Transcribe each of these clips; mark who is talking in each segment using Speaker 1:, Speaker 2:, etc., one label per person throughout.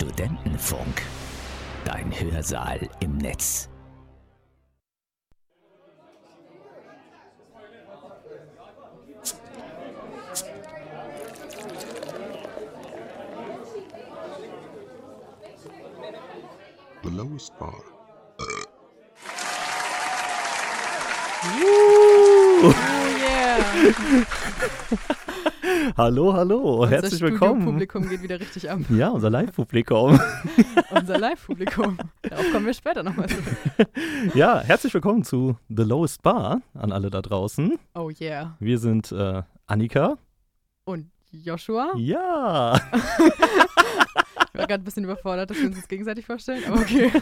Speaker 1: Studentenfunk. Dein Hörsaal im Netz.
Speaker 2: The lowest bar.
Speaker 3: Oh,
Speaker 4: Yeah.
Speaker 3: Hallo, hallo, herzlich
Speaker 4: Unser
Speaker 3: willkommen.
Speaker 4: Publikum geht wieder richtig ab.
Speaker 3: Ja, unser Live-Publikum.
Speaker 4: Unser Live-Publikum. Darauf kommen wir später nochmal zurück.
Speaker 3: ja, herzlich willkommen zu The Lowest Bar an alle da draußen.
Speaker 4: Oh yeah.
Speaker 3: Wir sind äh, Annika.
Speaker 4: Und Joshua?
Speaker 3: Ja,
Speaker 4: Ich war gerade ein bisschen überfordert, dass wir uns das gegenseitig vorstellen. Aber okay.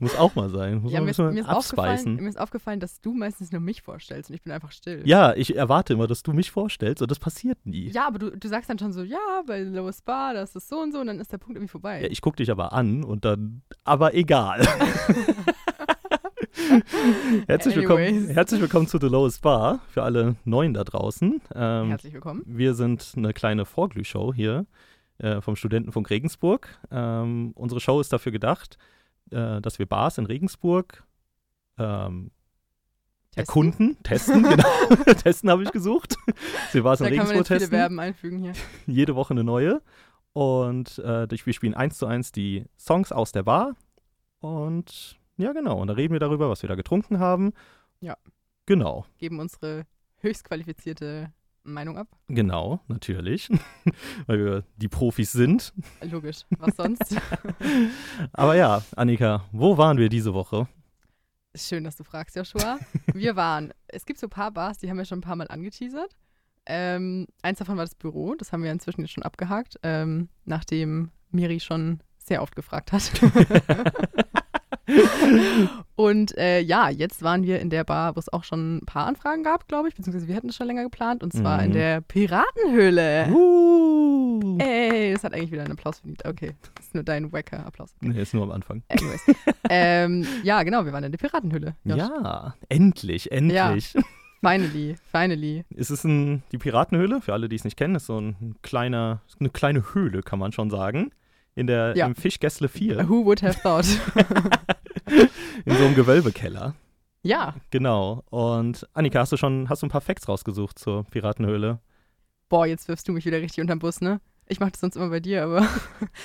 Speaker 3: muss auch mal sein. Muss
Speaker 4: Ja,
Speaker 3: auch
Speaker 4: mir,
Speaker 3: ein
Speaker 4: ist,
Speaker 3: bisschen
Speaker 4: mir, ist aufgefallen,
Speaker 3: abspeisen.
Speaker 4: mir ist aufgefallen, dass du meistens nur mich vorstellst und ich bin einfach still.
Speaker 3: Ja, ich erwarte immer, dass du mich vorstellst und das passiert nie.
Speaker 4: Ja, aber du, du sagst dann schon so, ja, bei Lowest Bar, das ist so und so und dann ist der Punkt irgendwie vorbei.
Speaker 3: Ja, ich gucke dich aber an und dann, aber egal. herzlich, willkommen,
Speaker 4: Anyways.
Speaker 3: herzlich willkommen zu The Lowest Bar für alle Neuen da draußen. Ähm,
Speaker 4: Herzlich willkommen.
Speaker 3: Wir sind eine kleine Vorglühshow hier äh, vom Studentenfunk Regensburg. Ähm, unsere Show ist dafür gedacht, äh, dass wir Bars in Regensburg ähm, erkunden, testen, genau. testen habe ich gesucht. Dass wir Bars in
Speaker 4: Da kann man
Speaker 3: Regensburg
Speaker 4: jetzt viele
Speaker 3: testen.
Speaker 4: Verben einfügen hier.
Speaker 3: Jede Woche eine neue. Und äh, durch- wir spielen eins zu eins die Songs aus der Bar. Und ja, genau. Und da reden wir darüber, was wir da getrunken haben.
Speaker 4: Ja.
Speaker 3: Genau.
Speaker 4: Geben unsere höchst qualifizierte Meinung ab.
Speaker 3: Genau, natürlich. Weil wir die Profis sind.
Speaker 4: Logisch. Was sonst?
Speaker 3: Aber ja, Annika, wo waren wir diese Woche?
Speaker 4: Schön, dass du fragst, Joshua. Wir waren, es gibt so ein paar Bars, die haben wir schon ein paar Mal angeteasert. Ähm, eins davon war das Büro, das haben wir inzwischen jetzt schon abgehakt, ähm, nachdem Miri schon sehr oft gefragt hat. und äh, ja, jetzt waren wir in der Bar, wo es auch schon ein paar Anfragen gab, glaube ich, beziehungsweise wir hatten es schon länger geplant, und zwar in
Speaker 3: Mhm.
Speaker 4: der Piratenhöhle. Äh.
Speaker 3: Uh.
Speaker 4: Ey, das hat eigentlich wieder einen Applaus verdient. Okay, das ist nur dein wacker Applaus.
Speaker 3: Nee, ist nur am Anfang.
Speaker 4: Anyways. ähm, ja, genau, wir waren in der Piratenhöhle. Josh.
Speaker 3: Ja, endlich, endlich.
Speaker 4: Finally, finally.
Speaker 3: Es ist ein, die Piratenhöhle, für alle, die es nicht kennen, ist so ein kleiner, eine kleine Höhle, kann man schon sagen. In der,
Speaker 4: Ja. Uh.
Speaker 3: im Fischgässle 4,
Speaker 4: Who would have thought?
Speaker 3: in so einem Gewölbekeller.
Speaker 4: ja,
Speaker 3: Genau. Und Annika, hast du schon, hast du ein paar Facts rausgesucht zur Piratenhöhle?
Speaker 4: boah, jetzt wirfst du mich wieder richtig unterm Bus, ne? Ich mach das sonst immer bei dir, aber.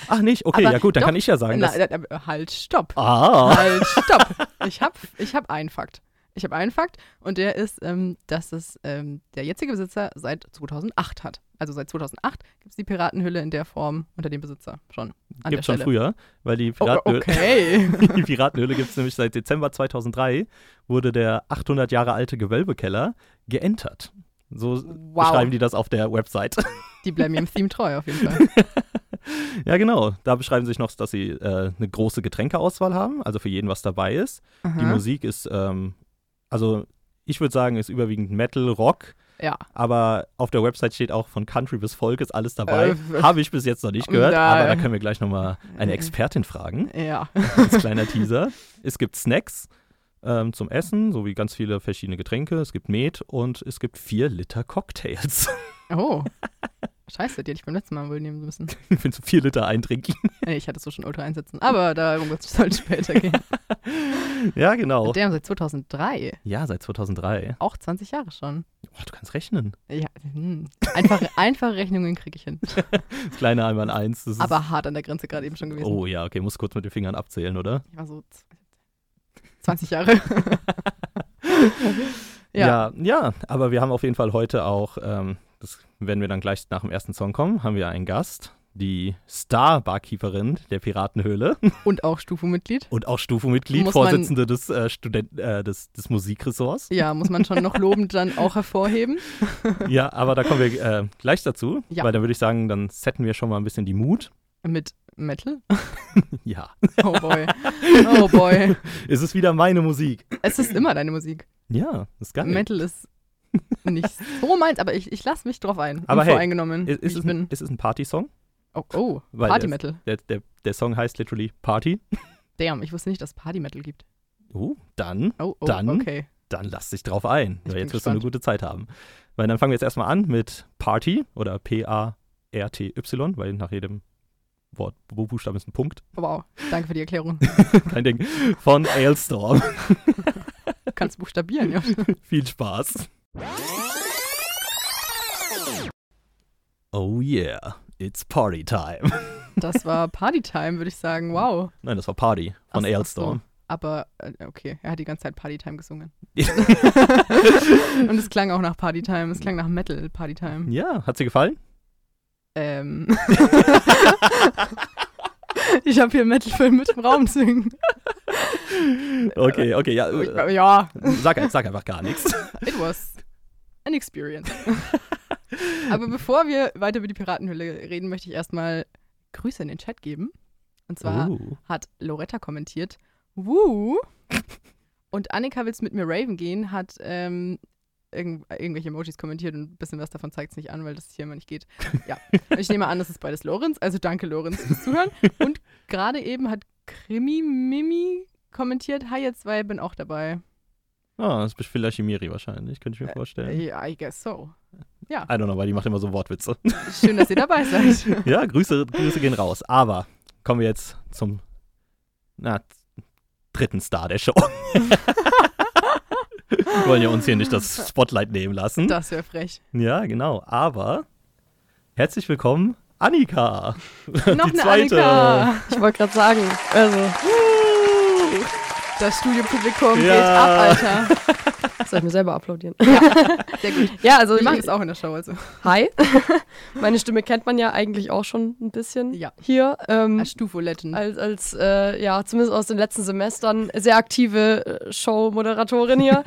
Speaker 3: Ach nicht, okay,
Speaker 4: Aber
Speaker 3: ja gut, dann
Speaker 4: doch,
Speaker 3: kann ich ja sagen,
Speaker 4: Na,
Speaker 3: dass...
Speaker 4: na, na, halt, stopp.
Speaker 3: Ah,
Speaker 4: Halt, stopp. Ich hab, ich hab einen Fakt. Ich habe einen Fakt und der ist, ähm, dass es ähm, der jetzige Besitzer seit 2008 hat. Also seit 2008 gibt es die Piratenhülle in der Form unter dem Besitzer schon. An der
Speaker 3: gibt's schon
Speaker 4: Stelle.
Speaker 3: früher, weil die
Speaker 4: Oh,
Speaker 3: Piratenhöhle...
Speaker 4: okay.
Speaker 3: Die Piratenhöhle gibt es nämlich seit Dezember 2003, wurde der 800 Jahre alte Gewölbekeller geentert. So
Speaker 4: Wow.
Speaker 3: beschreiben die das auf der Website.
Speaker 4: Die bleiben ihrem Theme treu auf jeden Fall.
Speaker 3: ja, genau. Da beschreiben sich noch, dass sie äh, eine große Getränkeauswahl haben, also für jeden was dabei ist. Die
Speaker 4: Aha.
Speaker 3: Musik ist, ähm, also ich würde sagen, ist überwiegend Metal, Rock.
Speaker 4: Ja.
Speaker 3: Aber auf der Website steht auch von Country bis Folk ist alles dabei.
Speaker 4: Äh,
Speaker 3: Habe ich bis jetzt noch nicht gehört,
Speaker 4: da-
Speaker 3: aber da können wir gleich nochmal eine Expertin fragen.
Speaker 4: Ja.
Speaker 3: als kleiner Teaser. Es gibt Snacks ähm, zum Essen, sowie ganz viele verschiedene Getränke. Es gibt Met und es gibt vier Liter Cocktails.
Speaker 4: Oh. Scheiße, die hätte ich beim letzten Mal wohl nehmen müssen.
Speaker 3: ich bin zu vier Liter eintrinken.
Speaker 4: Nee, ich hatte so schon Ultra einsetzen, aber da soll es später gehen.
Speaker 3: Ja, genau.
Speaker 4: Und der haben seit 2003,
Speaker 3: Ja, seit 2003.
Speaker 4: auch 20 Jahre schon.
Speaker 3: Oh, du kannst rechnen.
Speaker 4: Ja, hm. einfache, einfache Rechnungen kriege ich hin.
Speaker 3: Das kleine einmal eins. Das ist,
Speaker 4: Aber hart an der Grenze gerade eben schon gewesen.
Speaker 3: oh ja, okay, muss kurz mit den Fingern abzählen, oder?
Speaker 4: Ich war so z- 20 Jahre. ja.
Speaker 3: ja. ja, aber wir haben auf jeden Fall heute auch, ähm, das werden wir dann gleich nach dem ersten Song kommen, haben wir einen Gast, die Star-Barkeeperin der Piratenhöhle.
Speaker 4: Und auch Stufu-Mitglied.
Speaker 3: Und auch Stufenmitglied,
Speaker 4: Muss man-
Speaker 3: Vorsitzende des, äh, Student, äh, des, des Musikressorts.
Speaker 4: Ja, muss man schon noch lobend dann auch hervorheben.
Speaker 3: Ja, aber da kommen wir äh, gleich dazu,
Speaker 4: Ja.
Speaker 3: weil dann würde ich sagen, dann setten wir schon mal ein bisschen die Mut.
Speaker 4: Mit Metal.
Speaker 3: Ja.
Speaker 4: Oh boy. Oh boy.
Speaker 3: Es ist wieder meine Musik.
Speaker 4: Es ist immer deine Musik.
Speaker 3: Ja, ist geil.
Speaker 4: Metal ist nicht so meins, aber ich, ich lasse mich drauf ein.
Speaker 3: Aber hey,
Speaker 4: Unvoreingenommen,
Speaker 3: ist,
Speaker 4: wie
Speaker 3: ist,
Speaker 4: ich
Speaker 3: es
Speaker 4: bin.
Speaker 3: ein, ist es ein Party-Song?
Speaker 4: Oh, oh
Speaker 3: Weil
Speaker 4: Party
Speaker 3: der-
Speaker 4: Metal.
Speaker 3: Der, der, der Song heißt literally Party.
Speaker 4: Damn, ich wusste nicht, dass es Party Metal gibt.
Speaker 3: Oh, dann,
Speaker 4: Oh, oh
Speaker 3: Dann-
Speaker 4: okay.
Speaker 3: dann lass dich drauf ein.
Speaker 4: Ich
Speaker 3: Weil
Speaker 4: bin
Speaker 3: jetzt wirst du eine
Speaker 4: gespannt.
Speaker 3: gute Zeit haben. Weil dann fangen wir jetzt erstmal an mit Party oder P-A-R-T-Y, weil nach jedem Wort, Bu- Buchstaben ist ein Punkt.
Speaker 4: Oh, Wow, danke für die Erklärung.
Speaker 3: Kein Ding. Von Aelstorm.
Speaker 4: Du kannst buchstabieren, ja.
Speaker 3: Viel Spaß. Oh yeah, it's party time.
Speaker 4: Das war Partytime, würde ich sagen. Wow.
Speaker 3: Nein, das war Party
Speaker 4: Ach so,
Speaker 3: von
Speaker 4: ach
Speaker 3: Aelstorm.
Speaker 4: Aber, äh, okay, er hat die ganze Zeit Partytime gesungen.
Speaker 3: Ja.
Speaker 4: Und es klang auch nach Partytime, es klang nach Metal Partytime.
Speaker 3: ja, hat sie gefallen?
Speaker 4: Ähm. ich habe hier Metal-Film mit im Raum singen.
Speaker 3: Okay, okay, ja.
Speaker 4: Oh,
Speaker 3: äh,
Speaker 4: Ja,
Speaker 3: Sag, ein- sag einfach gar nichts.
Speaker 4: it was an experience. Aber bevor wir weiter über die Piratenhöhle reden, möchte ich erstmal Grüße in den Chat geben. Und zwar
Speaker 3: Uh,
Speaker 4: hat Loretta kommentiert, Woo! Und Annika will's mit mir Raven gehen, hat ähm, irgend, irgendwelche Emojis kommentiert und ein bisschen was davon zeigt es nicht an, weil das hier immer nicht geht. Ja, Und ich nehme an, das ist beides Lorenz, also danke Lorenz fürs Zuhören. Und gerade eben hat Krimi Mimi kommentiert, hi ihr zwei, bin auch dabei.
Speaker 3: ah, das ist vielleicht Chimiri wahrscheinlich, könnte ich mir vorstellen.
Speaker 4: äh, Ja, I guess so.
Speaker 3: I don't know, weil die macht immer so Wortwitze.
Speaker 4: Schön, dass ihr dabei seid.
Speaker 3: ja, Grüße, Grüße gehen raus. Aber kommen wir jetzt zum na, dritten Star der Show. wir wollen ja uns hier nicht das Spotlight nehmen lassen.
Speaker 4: Das wäre frech.
Speaker 3: Ja, genau. Aber herzlich willkommen, Annika.
Speaker 4: Noch
Speaker 3: Die
Speaker 4: eine
Speaker 3: zweite.
Speaker 4: Annika.
Speaker 5: Ich wollte gerade sagen, also,
Speaker 4: Das Studiopublikum geht
Speaker 3: Ja.
Speaker 4: ab, Alter.
Speaker 5: das soll ich mir selber applaudieren.
Speaker 4: Sehr gut.
Speaker 5: Ja, also,
Speaker 4: Wir machen
Speaker 5: ich-
Speaker 4: es auch in der Show, also.
Speaker 5: hi. Meine Stimme kennt man ja eigentlich auch schon ein bisschen
Speaker 4: Ja.
Speaker 5: hier. Ähm,
Speaker 4: Als Stufo-Legend.
Speaker 5: als, als äh, ja, zumindest aus den letzten Semestern, sehr aktive äh, Show-Moderatorin hier.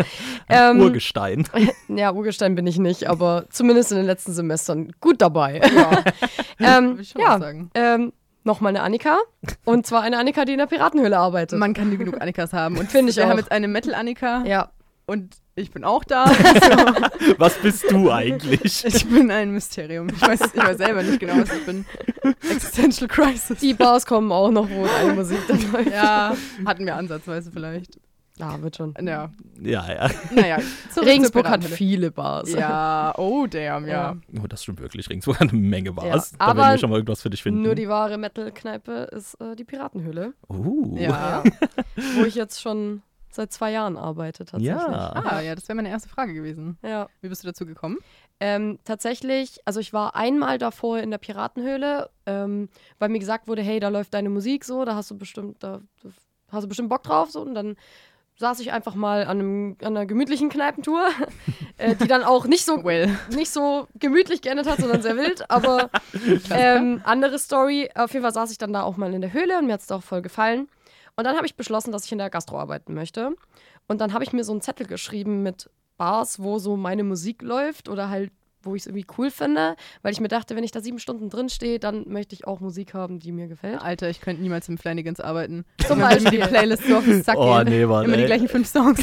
Speaker 5: Ähm,
Speaker 3: Urgestein.
Speaker 5: ja, Urgestein bin ich nicht, aber zumindest in den letzten Semestern gut dabei.
Speaker 4: Ja,
Speaker 5: Ähm,
Speaker 4: würde ich schon mal
Speaker 5: ja,
Speaker 4: sagen.
Speaker 5: ähm, nochmal eine Annika. Und zwar eine Annika, die in der Piratenhöhle arbeitet.
Speaker 4: Man kann nie genug Annikas haben. Und
Speaker 5: Finde ich
Speaker 4: wir
Speaker 5: auch.
Speaker 4: haben jetzt eine Metal-Annika
Speaker 5: ja,
Speaker 4: und ich bin auch da.
Speaker 3: Was bist du eigentlich?
Speaker 4: Ich bin ein Mysterium. Ich weiß, ich weiß selber nicht genau, was ich bin. Existential Crisis.
Speaker 5: die Bars kommen auch noch, wo eine Musik dann läuft.
Speaker 4: Ja, hatten wir ansatzweise vielleicht.
Speaker 5: ja wird schon.
Speaker 4: Ja,
Speaker 3: Ja, ja.
Speaker 4: naja. zurück
Speaker 5: Regensburg
Speaker 4: zur
Speaker 5: hat
Speaker 4: Piratenhöhle.
Speaker 5: viele Bars.
Speaker 4: Ja, oh damn, ja.
Speaker 3: Oh, das stimmt wirklich. Regensburg hat eine Menge Bars.
Speaker 5: Ja,
Speaker 3: da werden
Speaker 5: aber
Speaker 3: wir schon mal irgendwas für dich finden.
Speaker 5: Nur die wahre Metal-Kneipe ist äh, die Piratenhöhle,
Speaker 3: oh.
Speaker 4: Ja.
Speaker 5: wo ich jetzt schon seit zwei Jahren arbeite tatsächlich.
Speaker 3: Ja.
Speaker 4: Ah, ja, das wäre meine erste Frage gewesen.
Speaker 5: Ja.
Speaker 4: Wie bist du dazu gekommen?
Speaker 5: Ähm, tatsächlich, also ich war einmal davor in der Piratenhöhle, ähm, weil mir gesagt wurde, hey, da läuft deine Musik so, da hast du bestimmt, da da hast du bestimmt Bock drauf so und dann saß ich einfach mal an, einem, an einer gemütlichen Kneipentour, äh, die dann auch nicht so
Speaker 4: Well,
Speaker 5: nicht so gemütlich geendet hat, sondern sehr wild. Aber ähm, andere Story. Auf jeden Fall saß ich dann da auch mal in der Höhle und mir hat es da auch voll gefallen. Und dann habe ich beschlossen, dass ich in der Gastro arbeiten möchte. Und dann habe ich mir so einen Zettel geschrieben mit Bars, wo so meine Musik läuft oder halt, wo ich es irgendwie cool finde. Weil ich mir dachte, wenn ich da sieben Stunden drin stehe, dann möchte ich auch Musik haben, die mir gefällt.
Speaker 4: Alter, ich könnte niemals im Flanagans arbeiten.
Speaker 5: Zum
Speaker 4: Wenn mir die
Speaker 5: Beispiel.
Speaker 4: Playlist so auf den Sack
Speaker 3: Oh,
Speaker 4: geht.
Speaker 3: nee, Mann,
Speaker 4: Immer die
Speaker 3: ey.
Speaker 4: gleichen fünf Songs.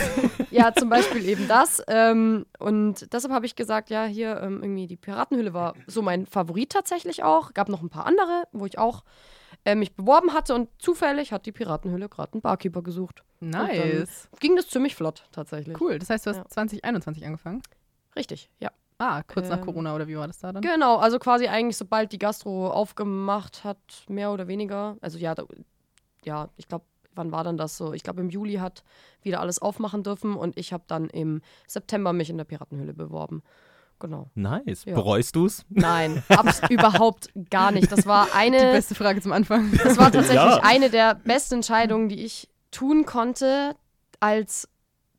Speaker 5: Ja, zum Beispiel eben das. Ähm, und deshalb habe ich gesagt, ja, hier ähm, irgendwie die Piratenhöhle war so mein Favorit tatsächlich auch. Gab noch ein paar andere, wo ich auch äh, mich beworben hatte und zufällig hat die Piratenhöhle gerade einen Barkeeper gesucht.
Speaker 4: Nice.
Speaker 5: Ging das ziemlich flott tatsächlich.
Speaker 4: Cool, das heißt, du hast
Speaker 5: Ja.
Speaker 4: 2021 angefangen?
Speaker 5: Richtig, ja.
Speaker 4: Ah, kurz nach
Speaker 5: Ähm,
Speaker 4: Corona oder wie war das da dann?
Speaker 5: Genau, also quasi eigentlich sobald die Gastro aufgemacht hat, mehr oder weniger. Also ja, da, ja, ich glaube, wann war dann das so? Ich glaube, im Juli hat wieder alles aufmachen dürfen und ich habe dann im September mich in der Piratenhöhle beworben. Genau.
Speaker 3: Nice.
Speaker 5: Ja.
Speaker 3: Bereust du es?
Speaker 5: Nein, abs überhaupt gar nicht. Das war
Speaker 4: Die
Speaker 5: eine,
Speaker 4: beste Frage zum Anfang.
Speaker 5: das war tatsächlich
Speaker 3: Ja.
Speaker 5: eine der besten Entscheidungen, die ich tun konnte, als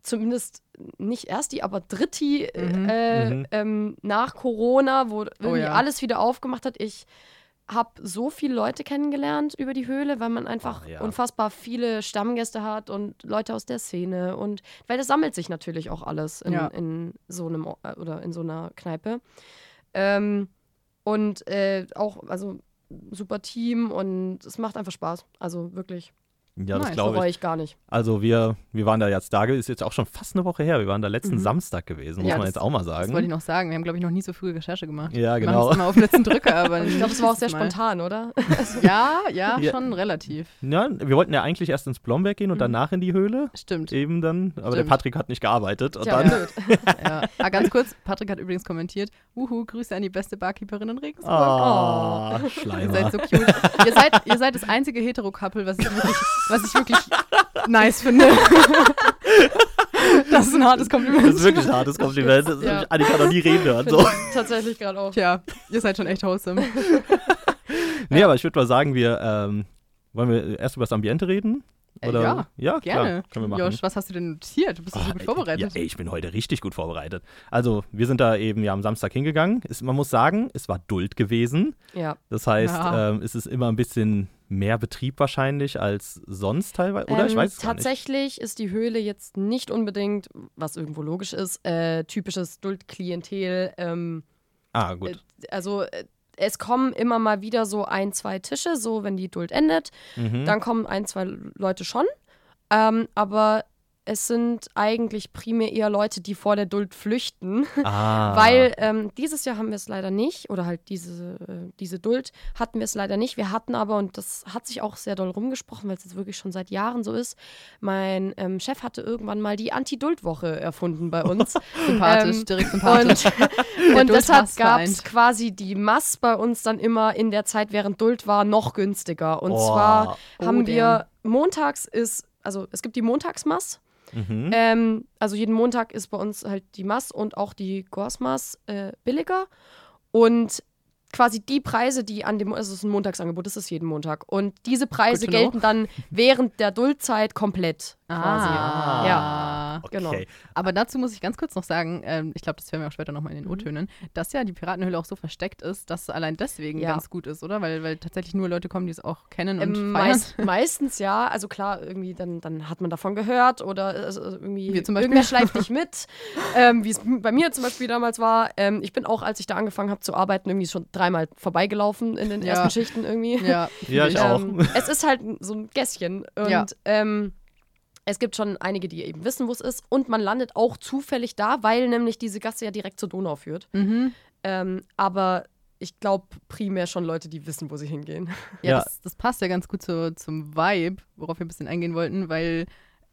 Speaker 5: zumindest nicht ersti, aber dritti äh,
Speaker 4: Mhm. Oh
Speaker 5: äh,
Speaker 3: Mhm.
Speaker 5: Ähm, nach Corona, wo irgendwie
Speaker 4: ja.
Speaker 5: alles wieder aufgemacht hat. Ich habe so viele Leute kennengelernt über die Höhle, weil man einfach
Speaker 3: Ach, ja.
Speaker 5: unfassbar viele Stammgäste hat und Leute aus der Szene und weil das sammelt sich natürlich auch alles in,
Speaker 4: Ja.
Speaker 5: in so einem O- äh, oder in so einer Kneipe. Ähm, und äh, auch, also super Team und es macht einfach Spaß. Also wirklich.
Speaker 3: Ja, das
Speaker 4: Nice,
Speaker 3: glaube
Speaker 5: Bereue
Speaker 3: ich.
Speaker 5: ich gar nicht.
Speaker 3: Also wir, wir waren da jetzt da, ist jetzt auch schon fast eine Woche her. Wir waren da letzten
Speaker 5: Mhm.
Speaker 3: Samstag gewesen, muss
Speaker 5: Ja,
Speaker 3: man
Speaker 5: das-
Speaker 3: jetzt auch mal
Speaker 4: Das wollte ich
Speaker 3: sagen.
Speaker 4: noch sagen. Wir haben, glaube ich, noch nie so viel Recherche gemacht.
Speaker 3: Ja,
Speaker 4: Wir
Speaker 3: genau.
Speaker 4: Machen es immer auf letzten Drücker, aber
Speaker 5: Ich glaube, es war auch sehr
Speaker 4: spontan.
Speaker 5: spontan, oder?
Speaker 4: Ja, ja,
Speaker 3: Ja.
Speaker 4: schon relativ.
Speaker 3: Ja, wir wollten ja eigentlich erst ins Blomberg gehen und
Speaker 4: Mhm.
Speaker 3: danach in die Höhle.
Speaker 4: Stimmt.
Speaker 3: Eben dann, aber der
Speaker 4: Stimmt.
Speaker 3: Patrick hat nicht gearbeitet. Und
Speaker 5: Tja,
Speaker 3: dann,
Speaker 5: blöd.
Speaker 4: Ja. Ah, ganz kurz, Patrick hat übrigens kommentiert, uhu, Grüße an die beste Barkeeperin in Regensburg.
Speaker 3: Ah,
Speaker 5: Oh.
Speaker 4: Ihr
Speaker 3: Schleimer.
Speaker 4: seid so cute. ihr, seid, ihr seid das einzige Hetero-Couple, was ich wirklich, was ich wirklich nice finde. das ist ein hartes Kompliment.
Speaker 3: Das ist wirklich ein hartes Kompliment. Das
Speaker 5: Ja.
Speaker 3: ja. Annika hat noch nie reden hören. So.
Speaker 5: Tatsächlich gerade auch.
Speaker 4: Tja, ihr seid schon echt wholesome.
Speaker 3: Nee, aber ich würde mal sagen, wir ähm, wollen wir erst über das Ambiente reden?
Speaker 4: Äh,
Speaker 3: Oder?
Speaker 4: ja,
Speaker 3: ja,
Speaker 4: Gerne.
Speaker 3: Klar, können wir machen.
Speaker 4: Josh, was hast du denn notiert? Du bist doch so
Speaker 3: Ah,
Speaker 4: gut
Speaker 3: ey,
Speaker 4: vorbereitet.
Speaker 3: Ja, ey, ich bin heute richtig gut vorbereitet. Also, wir sind da eben ja am Samstag hingegangen. Es, man muss sagen, es war Duld gewesen.
Speaker 5: Ja.
Speaker 3: Das heißt,
Speaker 4: Ja.
Speaker 3: ähm, es ist immer ein bisschen mehr Betrieb wahrscheinlich als sonst teilweise. Oder ich
Speaker 5: Ähm,
Speaker 3: weiß es gar nicht.
Speaker 5: tatsächlich ist die Höhle jetzt nicht unbedingt, was irgendwo logisch ist, äh, typisches Duld-Klientel. Ähm,
Speaker 3: Ah, gut.
Speaker 5: also äh, es kommen immer mal wieder so ein, zwei Tische, so wenn die Duld endet.
Speaker 4: äh,
Speaker 3: Mhm.
Speaker 5: Dann kommen ein, zwei Leute schon. Ähm, aber es sind eigentlich primär eher Leute, die vor der Duld flüchten.
Speaker 3: Ah.
Speaker 5: Weil ähm, dieses Jahr haben wir es leider nicht, oder halt diese, äh, diese Duld hatten wir es leider nicht. Wir hatten aber, und das hat sich auch sehr doll rumgesprochen, weil es jetzt wirklich schon seit Jahren so ist, mein ähm, Chef hatte irgendwann mal die Anti-Duld-Woche erfunden bei uns.
Speaker 4: sympathisch,
Speaker 5: ähm,
Speaker 4: direkt sympathisch.
Speaker 5: und und
Speaker 4: Duld
Speaker 5: deshalb
Speaker 4: Hass
Speaker 5: gab es
Speaker 4: vereint.
Speaker 5: quasi die Mass bei uns dann immer in der Zeit, während Duld war, noch günstiger. Und
Speaker 3: Oh.
Speaker 5: zwar haben
Speaker 4: Oh,
Speaker 5: wir montags ist, also es gibt die Montagsmass.
Speaker 3: Mhm.
Speaker 4: Hm? äh,
Speaker 5: Ähm, also jeden Montag ist bei uns halt die Mass und auch die Gorsmass äh, billiger. Und quasi die Preise, die an dem, also es ist ein Montagsangebot, das ist jeden Montag. Und diese
Speaker 4: Good
Speaker 5: Preise
Speaker 4: to know.
Speaker 5: gelten dann während der Duldzeit komplett quasi.
Speaker 4: Ah.
Speaker 5: Ja.
Speaker 3: Okay.
Speaker 5: Genau.
Speaker 4: Aber dazu muss ich ganz kurz noch sagen, ähm, ich glaube, das hören wir auch später nochmal in den O-Tönen, dass ja die Piratenhöhle auch so versteckt ist, dass es allein deswegen
Speaker 5: Ja.
Speaker 4: ganz gut ist, oder? Weil, weil tatsächlich nur Leute kommen, die es auch kennen und feiern.
Speaker 5: Ähm, meist, meistens ja, also klar, irgendwie dann, dann hat man davon gehört oder äh, also irgendwie
Speaker 4: Wir zum Beispiel.
Speaker 5: irgendwer schleift dich mit, ähm, wie es bei mir zum Beispiel damals war. Ähm, ich bin auch, als ich da angefangen habe zu arbeiten, irgendwie schon dreimal vorbeigelaufen in den
Speaker 4: Ja.
Speaker 5: ersten Schichten irgendwie.
Speaker 4: Ja,
Speaker 3: Ja, ich
Speaker 4: natürlich.
Speaker 3: auch.
Speaker 5: Ähm, es ist halt so ein Gässchen und
Speaker 4: Ja.
Speaker 5: ähm, es gibt schon einige, die eben wissen, wo es ist und man landet auch zufällig da, weil nämlich diese Gasse ja direkt zur Donau führt.
Speaker 4: Mhm.
Speaker 5: Ähm, aber ich glaube primär schon Leute, die wissen, wo sie hingehen.
Speaker 4: Ja,
Speaker 3: Ja.
Speaker 4: Das, das passt ja ganz gut zu, zum Vibe, worauf wir ein bisschen eingehen wollten, weil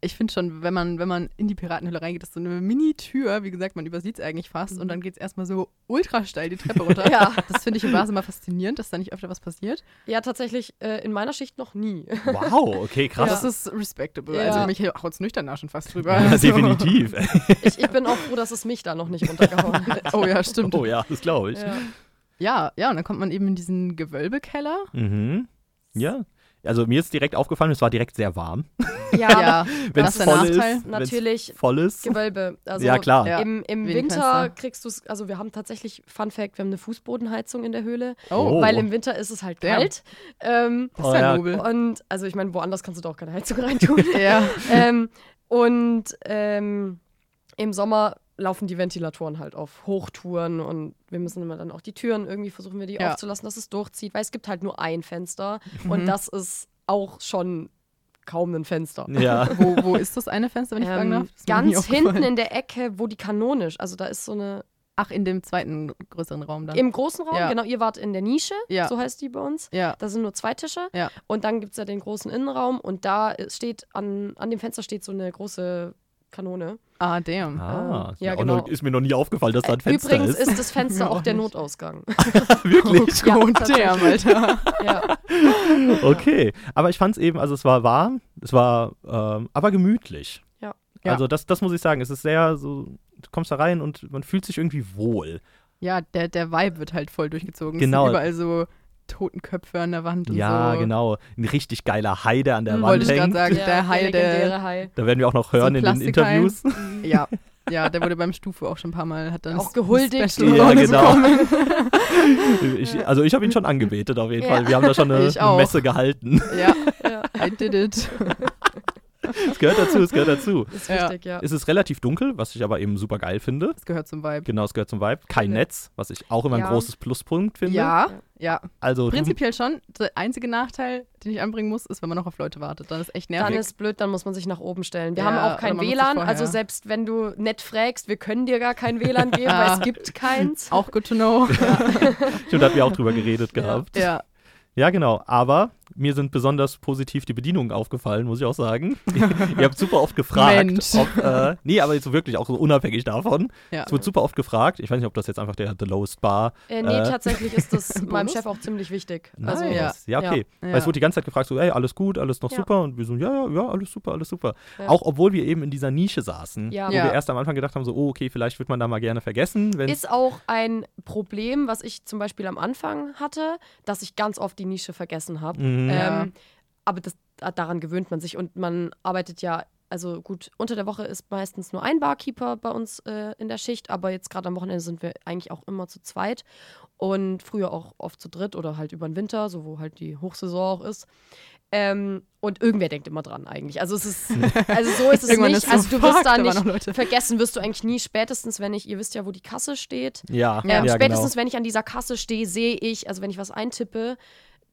Speaker 4: ich finde schon, wenn man, wenn man in die Piratenhöhle reingeht, ist so eine Mini-Tür, wie gesagt, man übersieht es eigentlich fast und dann geht es erstmal so ultra steil die Treppe runter.
Speaker 5: Ja.
Speaker 4: Das finde ich im Bars immer faszinierend, dass da nicht öfter was passiert.
Speaker 5: Ja, tatsächlich äh, in meiner Schicht noch nie.
Speaker 3: Wow, okay, krass.
Speaker 4: Das ist respectable.
Speaker 5: Ja.
Speaker 4: Also mich haut es nüchtern da schon fast drüber.
Speaker 3: Ja,
Speaker 4: Also-
Speaker 3: definitiv.
Speaker 5: Ich, ich bin auch froh, dass es mich da noch nicht runtergehauen hat.
Speaker 4: Oh ja, stimmt.
Speaker 3: Oh ja, das glaube ich.
Speaker 5: Ja.
Speaker 4: Ja, ja, und dann kommt man eben in diesen Gewölbekeller.
Speaker 3: Mhm. Ja. Also mir ist direkt aufgefallen, es war direkt sehr warm.
Speaker 5: Ja,
Speaker 4: ja,
Speaker 3: Wenn
Speaker 4: das
Speaker 3: es
Speaker 4: ist der
Speaker 3: voll ist,
Speaker 4: Nachteil.
Speaker 3: wenn's
Speaker 5: Natürlich.
Speaker 3: voll ist.
Speaker 5: Gewölbe. Also
Speaker 3: ja, klar.
Speaker 4: Ja.
Speaker 5: Im, im
Speaker 4: Wenig
Speaker 5: Winter
Speaker 4: Fenster.
Speaker 5: kriegst du es, also wir haben tatsächlich, Fun Fact, wir haben eine Fußbodenheizung in der Höhle,
Speaker 4: Oh,
Speaker 3: Oh.
Speaker 5: weil im Winter ist es halt
Speaker 4: Damn.
Speaker 5: kalt. Ähm,
Speaker 4: das ist ja,
Speaker 3: Oh ja.
Speaker 4: nobel.
Speaker 5: und also ich meine, woanders kannst du da auch keine Heizung reintun.
Speaker 4: Ja,
Speaker 5: ähm, und ähm, im Sommer laufen die Ventilatoren halt auf Hochtouren und wir müssen immer dann auch die Türen irgendwie versuchen wir die
Speaker 4: Ja.
Speaker 5: aufzulassen, dass es durchzieht, weil es gibt halt nur ein Fenster
Speaker 4: Mhm.
Speaker 5: und das ist auch schon kaum ein Fenster.
Speaker 3: Ja.
Speaker 4: wo, wo ist das eine Fenster, wenn ich fragen
Speaker 5: Ähm,
Speaker 4: darf? Das ist mir noch nie
Speaker 5: ganz
Speaker 4: aufgefallen.
Speaker 5: hinten in der Ecke, wo die kanonisch, also da ist so eine
Speaker 4: Ach, in dem zweiten größeren Raum dann.
Speaker 5: im großen Raum,
Speaker 4: Ja.
Speaker 5: genau, ihr wart in der Nische,
Speaker 4: Ja.
Speaker 5: so heißt die bei uns.
Speaker 4: ja.
Speaker 5: Da sind nur zwei Tische
Speaker 4: Ja.
Speaker 5: und dann gibt es ja den großen Innenraum und da äh, steht an, an dem Fenster steht so eine große Kanone.
Speaker 4: Ah, damn.
Speaker 3: Ah,
Speaker 5: Ähm,
Speaker 3: ist
Speaker 5: ja,
Speaker 3: mir auch noch-
Speaker 5: genau.
Speaker 3: ist mir noch nie aufgefallen, dass da ein Fenster
Speaker 5: Übrigens
Speaker 3: ist.
Speaker 5: ist das Fenster
Speaker 4: Mir
Speaker 5: auch
Speaker 4: auch
Speaker 5: der
Speaker 4: nicht.
Speaker 5: Notausgang.
Speaker 3: Wirklich.
Speaker 5: Ja,
Speaker 4: Gott,
Speaker 5: tatsächlich.
Speaker 4: damn, Alter.
Speaker 5: ja.
Speaker 3: Okay. Aber ich fand es eben, also es war warm, es war ähm, aber gemütlich.
Speaker 5: Ja.
Speaker 4: Ja.
Speaker 3: Also das, das muss ich sagen. Es ist sehr so, du kommst da rein und man fühlt sich irgendwie wohl.
Speaker 4: Ja, der, der Vibe wird halt voll durchgezogen.
Speaker 3: Genau.
Speaker 4: Es sind überall so Totenköpfe an der Wand und
Speaker 3: Ja,
Speaker 4: so.
Speaker 3: genau. Ein richtig geiler Hai, der an der
Speaker 4: Hm,
Speaker 3: Wand
Speaker 4: wollte ich gerade
Speaker 3: hängt.
Speaker 4: sagen,
Speaker 5: ja,
Speaker 4: der Hai, der.
Speaker 5: legendäre Hai.
Speaker 3: Da werden wir auch noch hören
Speaker 4: So
Speaker 3: in
Speaker 4: ein
Speaker 3: den
Speaker 4: Plastikhai.
Speaker 3: Interviews.
Speaker 4: Ja. Ja, der wurde beim Stufe auch schon ein paar Mal, hat dann
Speaker 5: Auch
Speaker 4: ein
Speaker 5: gehuldigt.
Speaker 4: Special
Speaker 3: Ja,
Speaker 4: Rolle
Speaker 3: genau.
Speaker 4: bekommen.
Speaker 3: Ich, also ich habe ihn schon angebetet auf jeden
Speaker 5: Ja.
Speaker 3: Fall. Wir haben da schon eine,
Speaker 4: Ich
Speaker 3: eine
Speaker 4: auch.
Speaker 3: Messe gehalten.
Speaker 4: Ja,
Speaker 5: Ja.
Speaker 4: I did it.
Speaker 3: Es gehört dazu, es gehört dazu.
Speaker 5: Ist
Speaker 4: Ja.
Speaker 5: wichtig, ja.
Speaker 3: Es ist relativ dunkel, was ich aber eben super geil finde.
Speaker 4: Das gehört zum Vibe.
Speaker 3: Genau, es gehört zum Vibe. Kein
Speaker 5: Ja.
Speaker 3: Netz, was ich auch immer
Speaker 5: Ja.
Speaker 3: ein großes Pluspunkt finde.
Speaker 4: Ja, ja.
Speaker 3: Also du-
Speaker 4: Prinzipiell schon. Der einzige Nachteil, den ich anbringen muss, ist, wenn man noch auf Leute wartet. Dann ist echt nervig.
Speaker 5: Dann ist blöd, dann muss man sich nach oben stellen. Wir
Speaker 4: Ja,
Speaker 5: haben auch
Speaker 4: oder
Speaker 5: kein
Speaker 4: man muss
Speaker 5: WLAN,
Speaker 4: sich
Speaker 5: also
Speaker 4: vorher-
Speaker 5: selbst wenn du nett fragst, wir können dir gar kein WLAN geben,
Speaker 4: Ja.
Speaker 5: weil es gibt keins.
Speaker 4: auch good to know.
Speaker 3: stimmt, da hatten wir auch drüber geredet gehabt.
Speaker 4: ja.
Speaker 3: Ja, genau. Aber mir sind besonders positiv die Bedienungen aufgefallen, muss ich auch sagen. Ihr habt super oft gefragt.
Speaker 4: Mensch.
Speaker 3: Ob, äh, nee, aber jetzt wirklich auch so unabhängig davon.
Speaker 4: Ja.
Speaker 3: Es wird super oft gefragt. Ich weiß nicht, ob das jetzt einfach der The Lowest Bar.
Speaker 5: Äh, nee,
Speaker 3: Äh.
Speaker 5: tatsächlich ist das meinem
Speaker 4: Bonus?
Speaker 5: Chef auch ziemlich wichtig.
Speaker 3: Nice.
Speaker 5: Also,
Speaker 3: ja, okay.
Speaker 4: ja.
Speaker 3: Weil es wurde die ganze Zeit gefragt, so, ey, alles gut, alles noch
Speaker 5: Ja.
Speaker 3: super. Und wir so, ja, ja, ja, alles super, alles super.
Speaker 5: Ja.
Speaker 3: Auch obwohl wir eben in dieser Nische saßen,
Speaker 5: Ja.
Speaker 3: wo
Speaker 4: Ja.
Speaker 3: wir erst am Anfang gedacht haben, so, oh, okay, vielleicht wird man da mal gerne vergessen. Wenn
Speaker 5: Ist auch ein Problem, was ich zum Beispiel am Anfang hatte, dass ich ganz oft die Nische vergessen habe.
Speaker 3: Mhm.
Speaker 4: Ja.
Speaker 5: Ähm, aber das, ah, daran gewöhnt man sich und man arbeitet ja, also gut, unter der Woche ist meistens nur ein Barkeeper bei uns äh, in der Schicht, aber jetzt gerade am Wochenende sind wir eigentlich auch immer zu zweit und früher auch oft zu dritt oder halt über den Winter, so wo halt die Hochsaison auch ist. Ähm, und irgendwer denkt immer dran eigentlich. Also es ist, also so ist es
Speaker 4: Irgendwann
Speaker 5: nicht.
Speaker 4: ist so,
Speaker 5: also du wirst
Speaker 4: fuck,
Speaker 5: da
Speaker 4: da waren
Speaker 5: nicht
Speaker 4: noch Leute.
Speaker 5: vergessen, wirst du eigentlich nie. Spätestens, wenn ich, ihr wisst ja, wo die Kasse steht.
Speaker 3: ja,
Speaker 4: Ja.
Speaker 5: Ähm,
Speaker 3: ja, genau.
Speaker 5: spätestens, wenn ich an dieser Kasse stehe, sehe ich, also wenn ich was eintippe,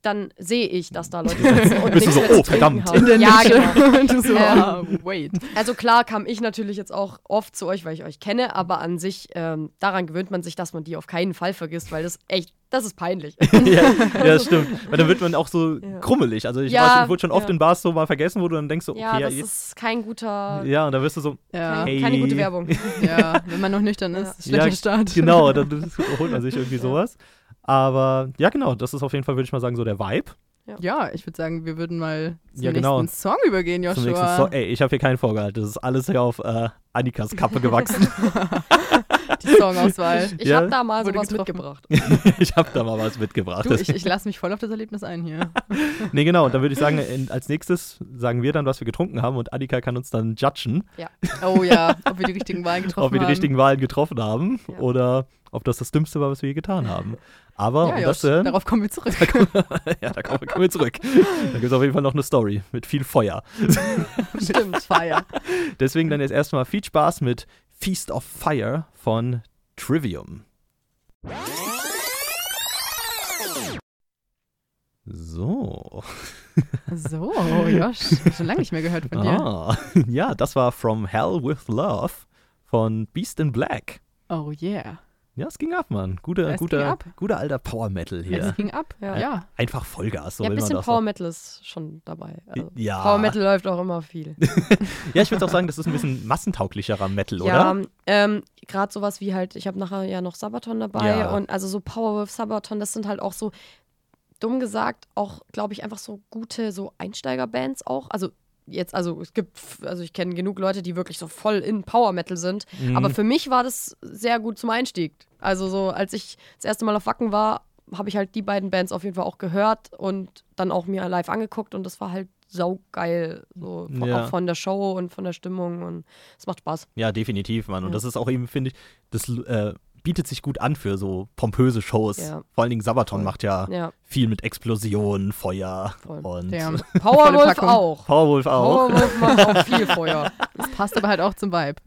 Speaker 5: dann sehe ich, dass da Leute sitzen und
Speaker 3: Bist du
Speaker 5: nichts
Speaker 3: so,
Speaker 5: mehr zu
Speaker 3: oh,
Speaker 5: trinken
Speaker 3: verdammt.
Speaker 5: haben. ja, genau.
Speaker 4: du so,
Speaker 5: Ähm,
Speaker 4: ah, wait.
Speaker 3: oh.
Speaker 5: Also klar kam ich natürlich jetzt auch oft zu euch, weil ich euch kenne, aber an sich, ähm, daran gewöhnt man sich, dass man die auf keinen Fall vergisst, weil das echt, das ist peinlich.
Speaker 3: ja, ja, stimmt. Weil dann wird man auch so
Speaker 5: Ja.
Speaker 3: krummelig. Also ich
Speaker 5: Ja,
Speaker 3: war schon, wurde schon oft
Speaker 5: ja.
Speaker 3: in Bars so mal vergessen, wo du dann denkst, so, okay,
Speaker 5: ja,
Speaker 3: ja,
Speaker 5: das
Speaker 3: jetzt,
Speaker 5: ist kein guter,
Speaker 3: ja, und dann wirst du so,
Speaker 4: Ja,
Speaker 5: kein,
Speaker 3: Hey.
Speaker 5: keine gute Werbung.
Speaker 4: ja, wenn man noch nüchtern
Speaker 5: Ja.
Speaker 4: ist, schlechter
Speaker 3: ja,
Speaker 4: Start.
Speaker 3: Genau, dann das holt man sich irgendwie sowas. Aber ja, genau, das ist auf jeden Fall, würde ich mal sagen, so der Vibe.
Speaker 4: Ja, ich würde sagen, wir würden mal zum
Speaker 3: Ja, genau.
Speaker 4: nächsten Song übergehen, Joshua.
Speaker 3: Zum nächsten Song. Ey, ich habe hier keinen vorgehalten. Das ist alles hier auf äh, Annikas Kappe gewachsen.
Speaker 4: Die Songauswahl.
Speaker 5: Ich
Speaker 3: Ja.
Speaker 5: habe da mal
Speaker 4: Wurde
Speaker 5: sowas
Speaker 4: getroffen.
Speaker 5: mitgebracht.
Speaker 3: ich habe da mal was mitgebracht.
Speaker 4: Du, ich, ich lasse mich voll auf das Erlebnis ein hier.
Speaker 3: nee, genau. Und dann würde ich sagen, in, als nächstes sagen wir dann, was wir getrunken haben und Annika kann uns dann judgen,
Speaker 4: Oh ja, ob wir die richtigen Wahlen getroffen
Speaker 3: ob wir die
Speaker 4: haben.
Speaker 3: richtigen Wahlen getroffen haben
Speaker 5: Ja.
Speaker 3: oder ob das das Dümmste war, was wir je getan haben. Aber
Speaker 4: ja,
Speaker 3: um
Speaker 4: Josh,
Speaker 3: das zu hören,
Speaker 4: darauf kommen wir zurück.
Speaker 3: ja, da kommen wir- kommen wir zurück. Da gibt es auf jeden Fall noch eine Story mit viel Feuer.
Speaker 4: Stimmt, Fire.
Speaker 3: Deswegen dann jetzt erstmal viel Spaß mit Feast of Fire von Trivium. So.
Speaker 4: So, Josh, schon lange nicht mehr gehört von dir.
Speaker 3: Ah. Ja, das war From Hell with Love von Beast in Black.
Speaker 4: Oh yeah.
Speaker 3: Ja, es ging ab, Mann. Guter,
Speaker 4: Es ging
Speaker 3: guter,
Speaker 4: ab.
Speaker 3: guter alter Power Metal hier.
Speaker 4: Es ging ab, ja. ja.
Speaker 3: Einfach Vollgas, so
Speaker 5: ja,
Speaker 3: will
Speaker 5: ein
Speaker 3: man
Speaker 5: bisschen
Speaker 3: das.
Speaker 5: Power Metal ist schon dabei. Also,
Speaker 3: Ja.
Speaker 5: Power Metal läuft auch immer viel.
Speaker 3: ja, ich würde auch sagen, das ist ein bisschen massentauglicherer Metal,
Speaker 5: Ja,
Speaker 3: oder?
Speaker 5: ähm, gerade sowas wie halt, ich habe nachher ja noch Sabaton dabei
Speaker 3: Ja.
Speaker 5: und also so Powerwolf, Sabaton, das sind halt auch so, dumm gesagt, auch, glaube ich, einfach so gute so Einsteigerbands auch. Also jetzt, also es gibt, also ich kenne genug Leute, die wirklich so voll in Power Metal sind,
Speaker 3: Mhm.
Speaker 5: aber für mich war das sehr gut zum Einstieg. Also so, als ich das erste Mal auf Wacken war, habe ich halt die beiden Bands auf jeden Fall auch gehört und dann auch mir live angeguckt und das war halt saugeil, so von-
Speaker 3: Ja.
Speaker 5: auch von der Show und von der Stimmung und es macht Spaß.
Speaker 3: Ja, definitiv, Mann. Und
Speaker 5: Ja.
Speaker 3: das ist auch eben, finde ich, das äh, bietet sich gut an für so pompöse Shows.
Speaker 5: Ja.
Speaker 3: Vor allen Dingen Sabaton
Speaker 5: Voll.
Speaker 3: macht ja,
Speaker 5: Ja.
Speaker 3: viel mit Explosionen, Feuer
Speaker 5: Voll.
Speaker 3: und
Speaker 4: Damn. Volle
Speaker 5: Powerwolf
Speaker 4: Packung.
Speaker 5: auch.
Speaker 3: Powerwolf auch.
Speaker 5: Powerwolf macht auch viel Feuer.
Speaker 4: Das passt aber halt auch zum Vibe.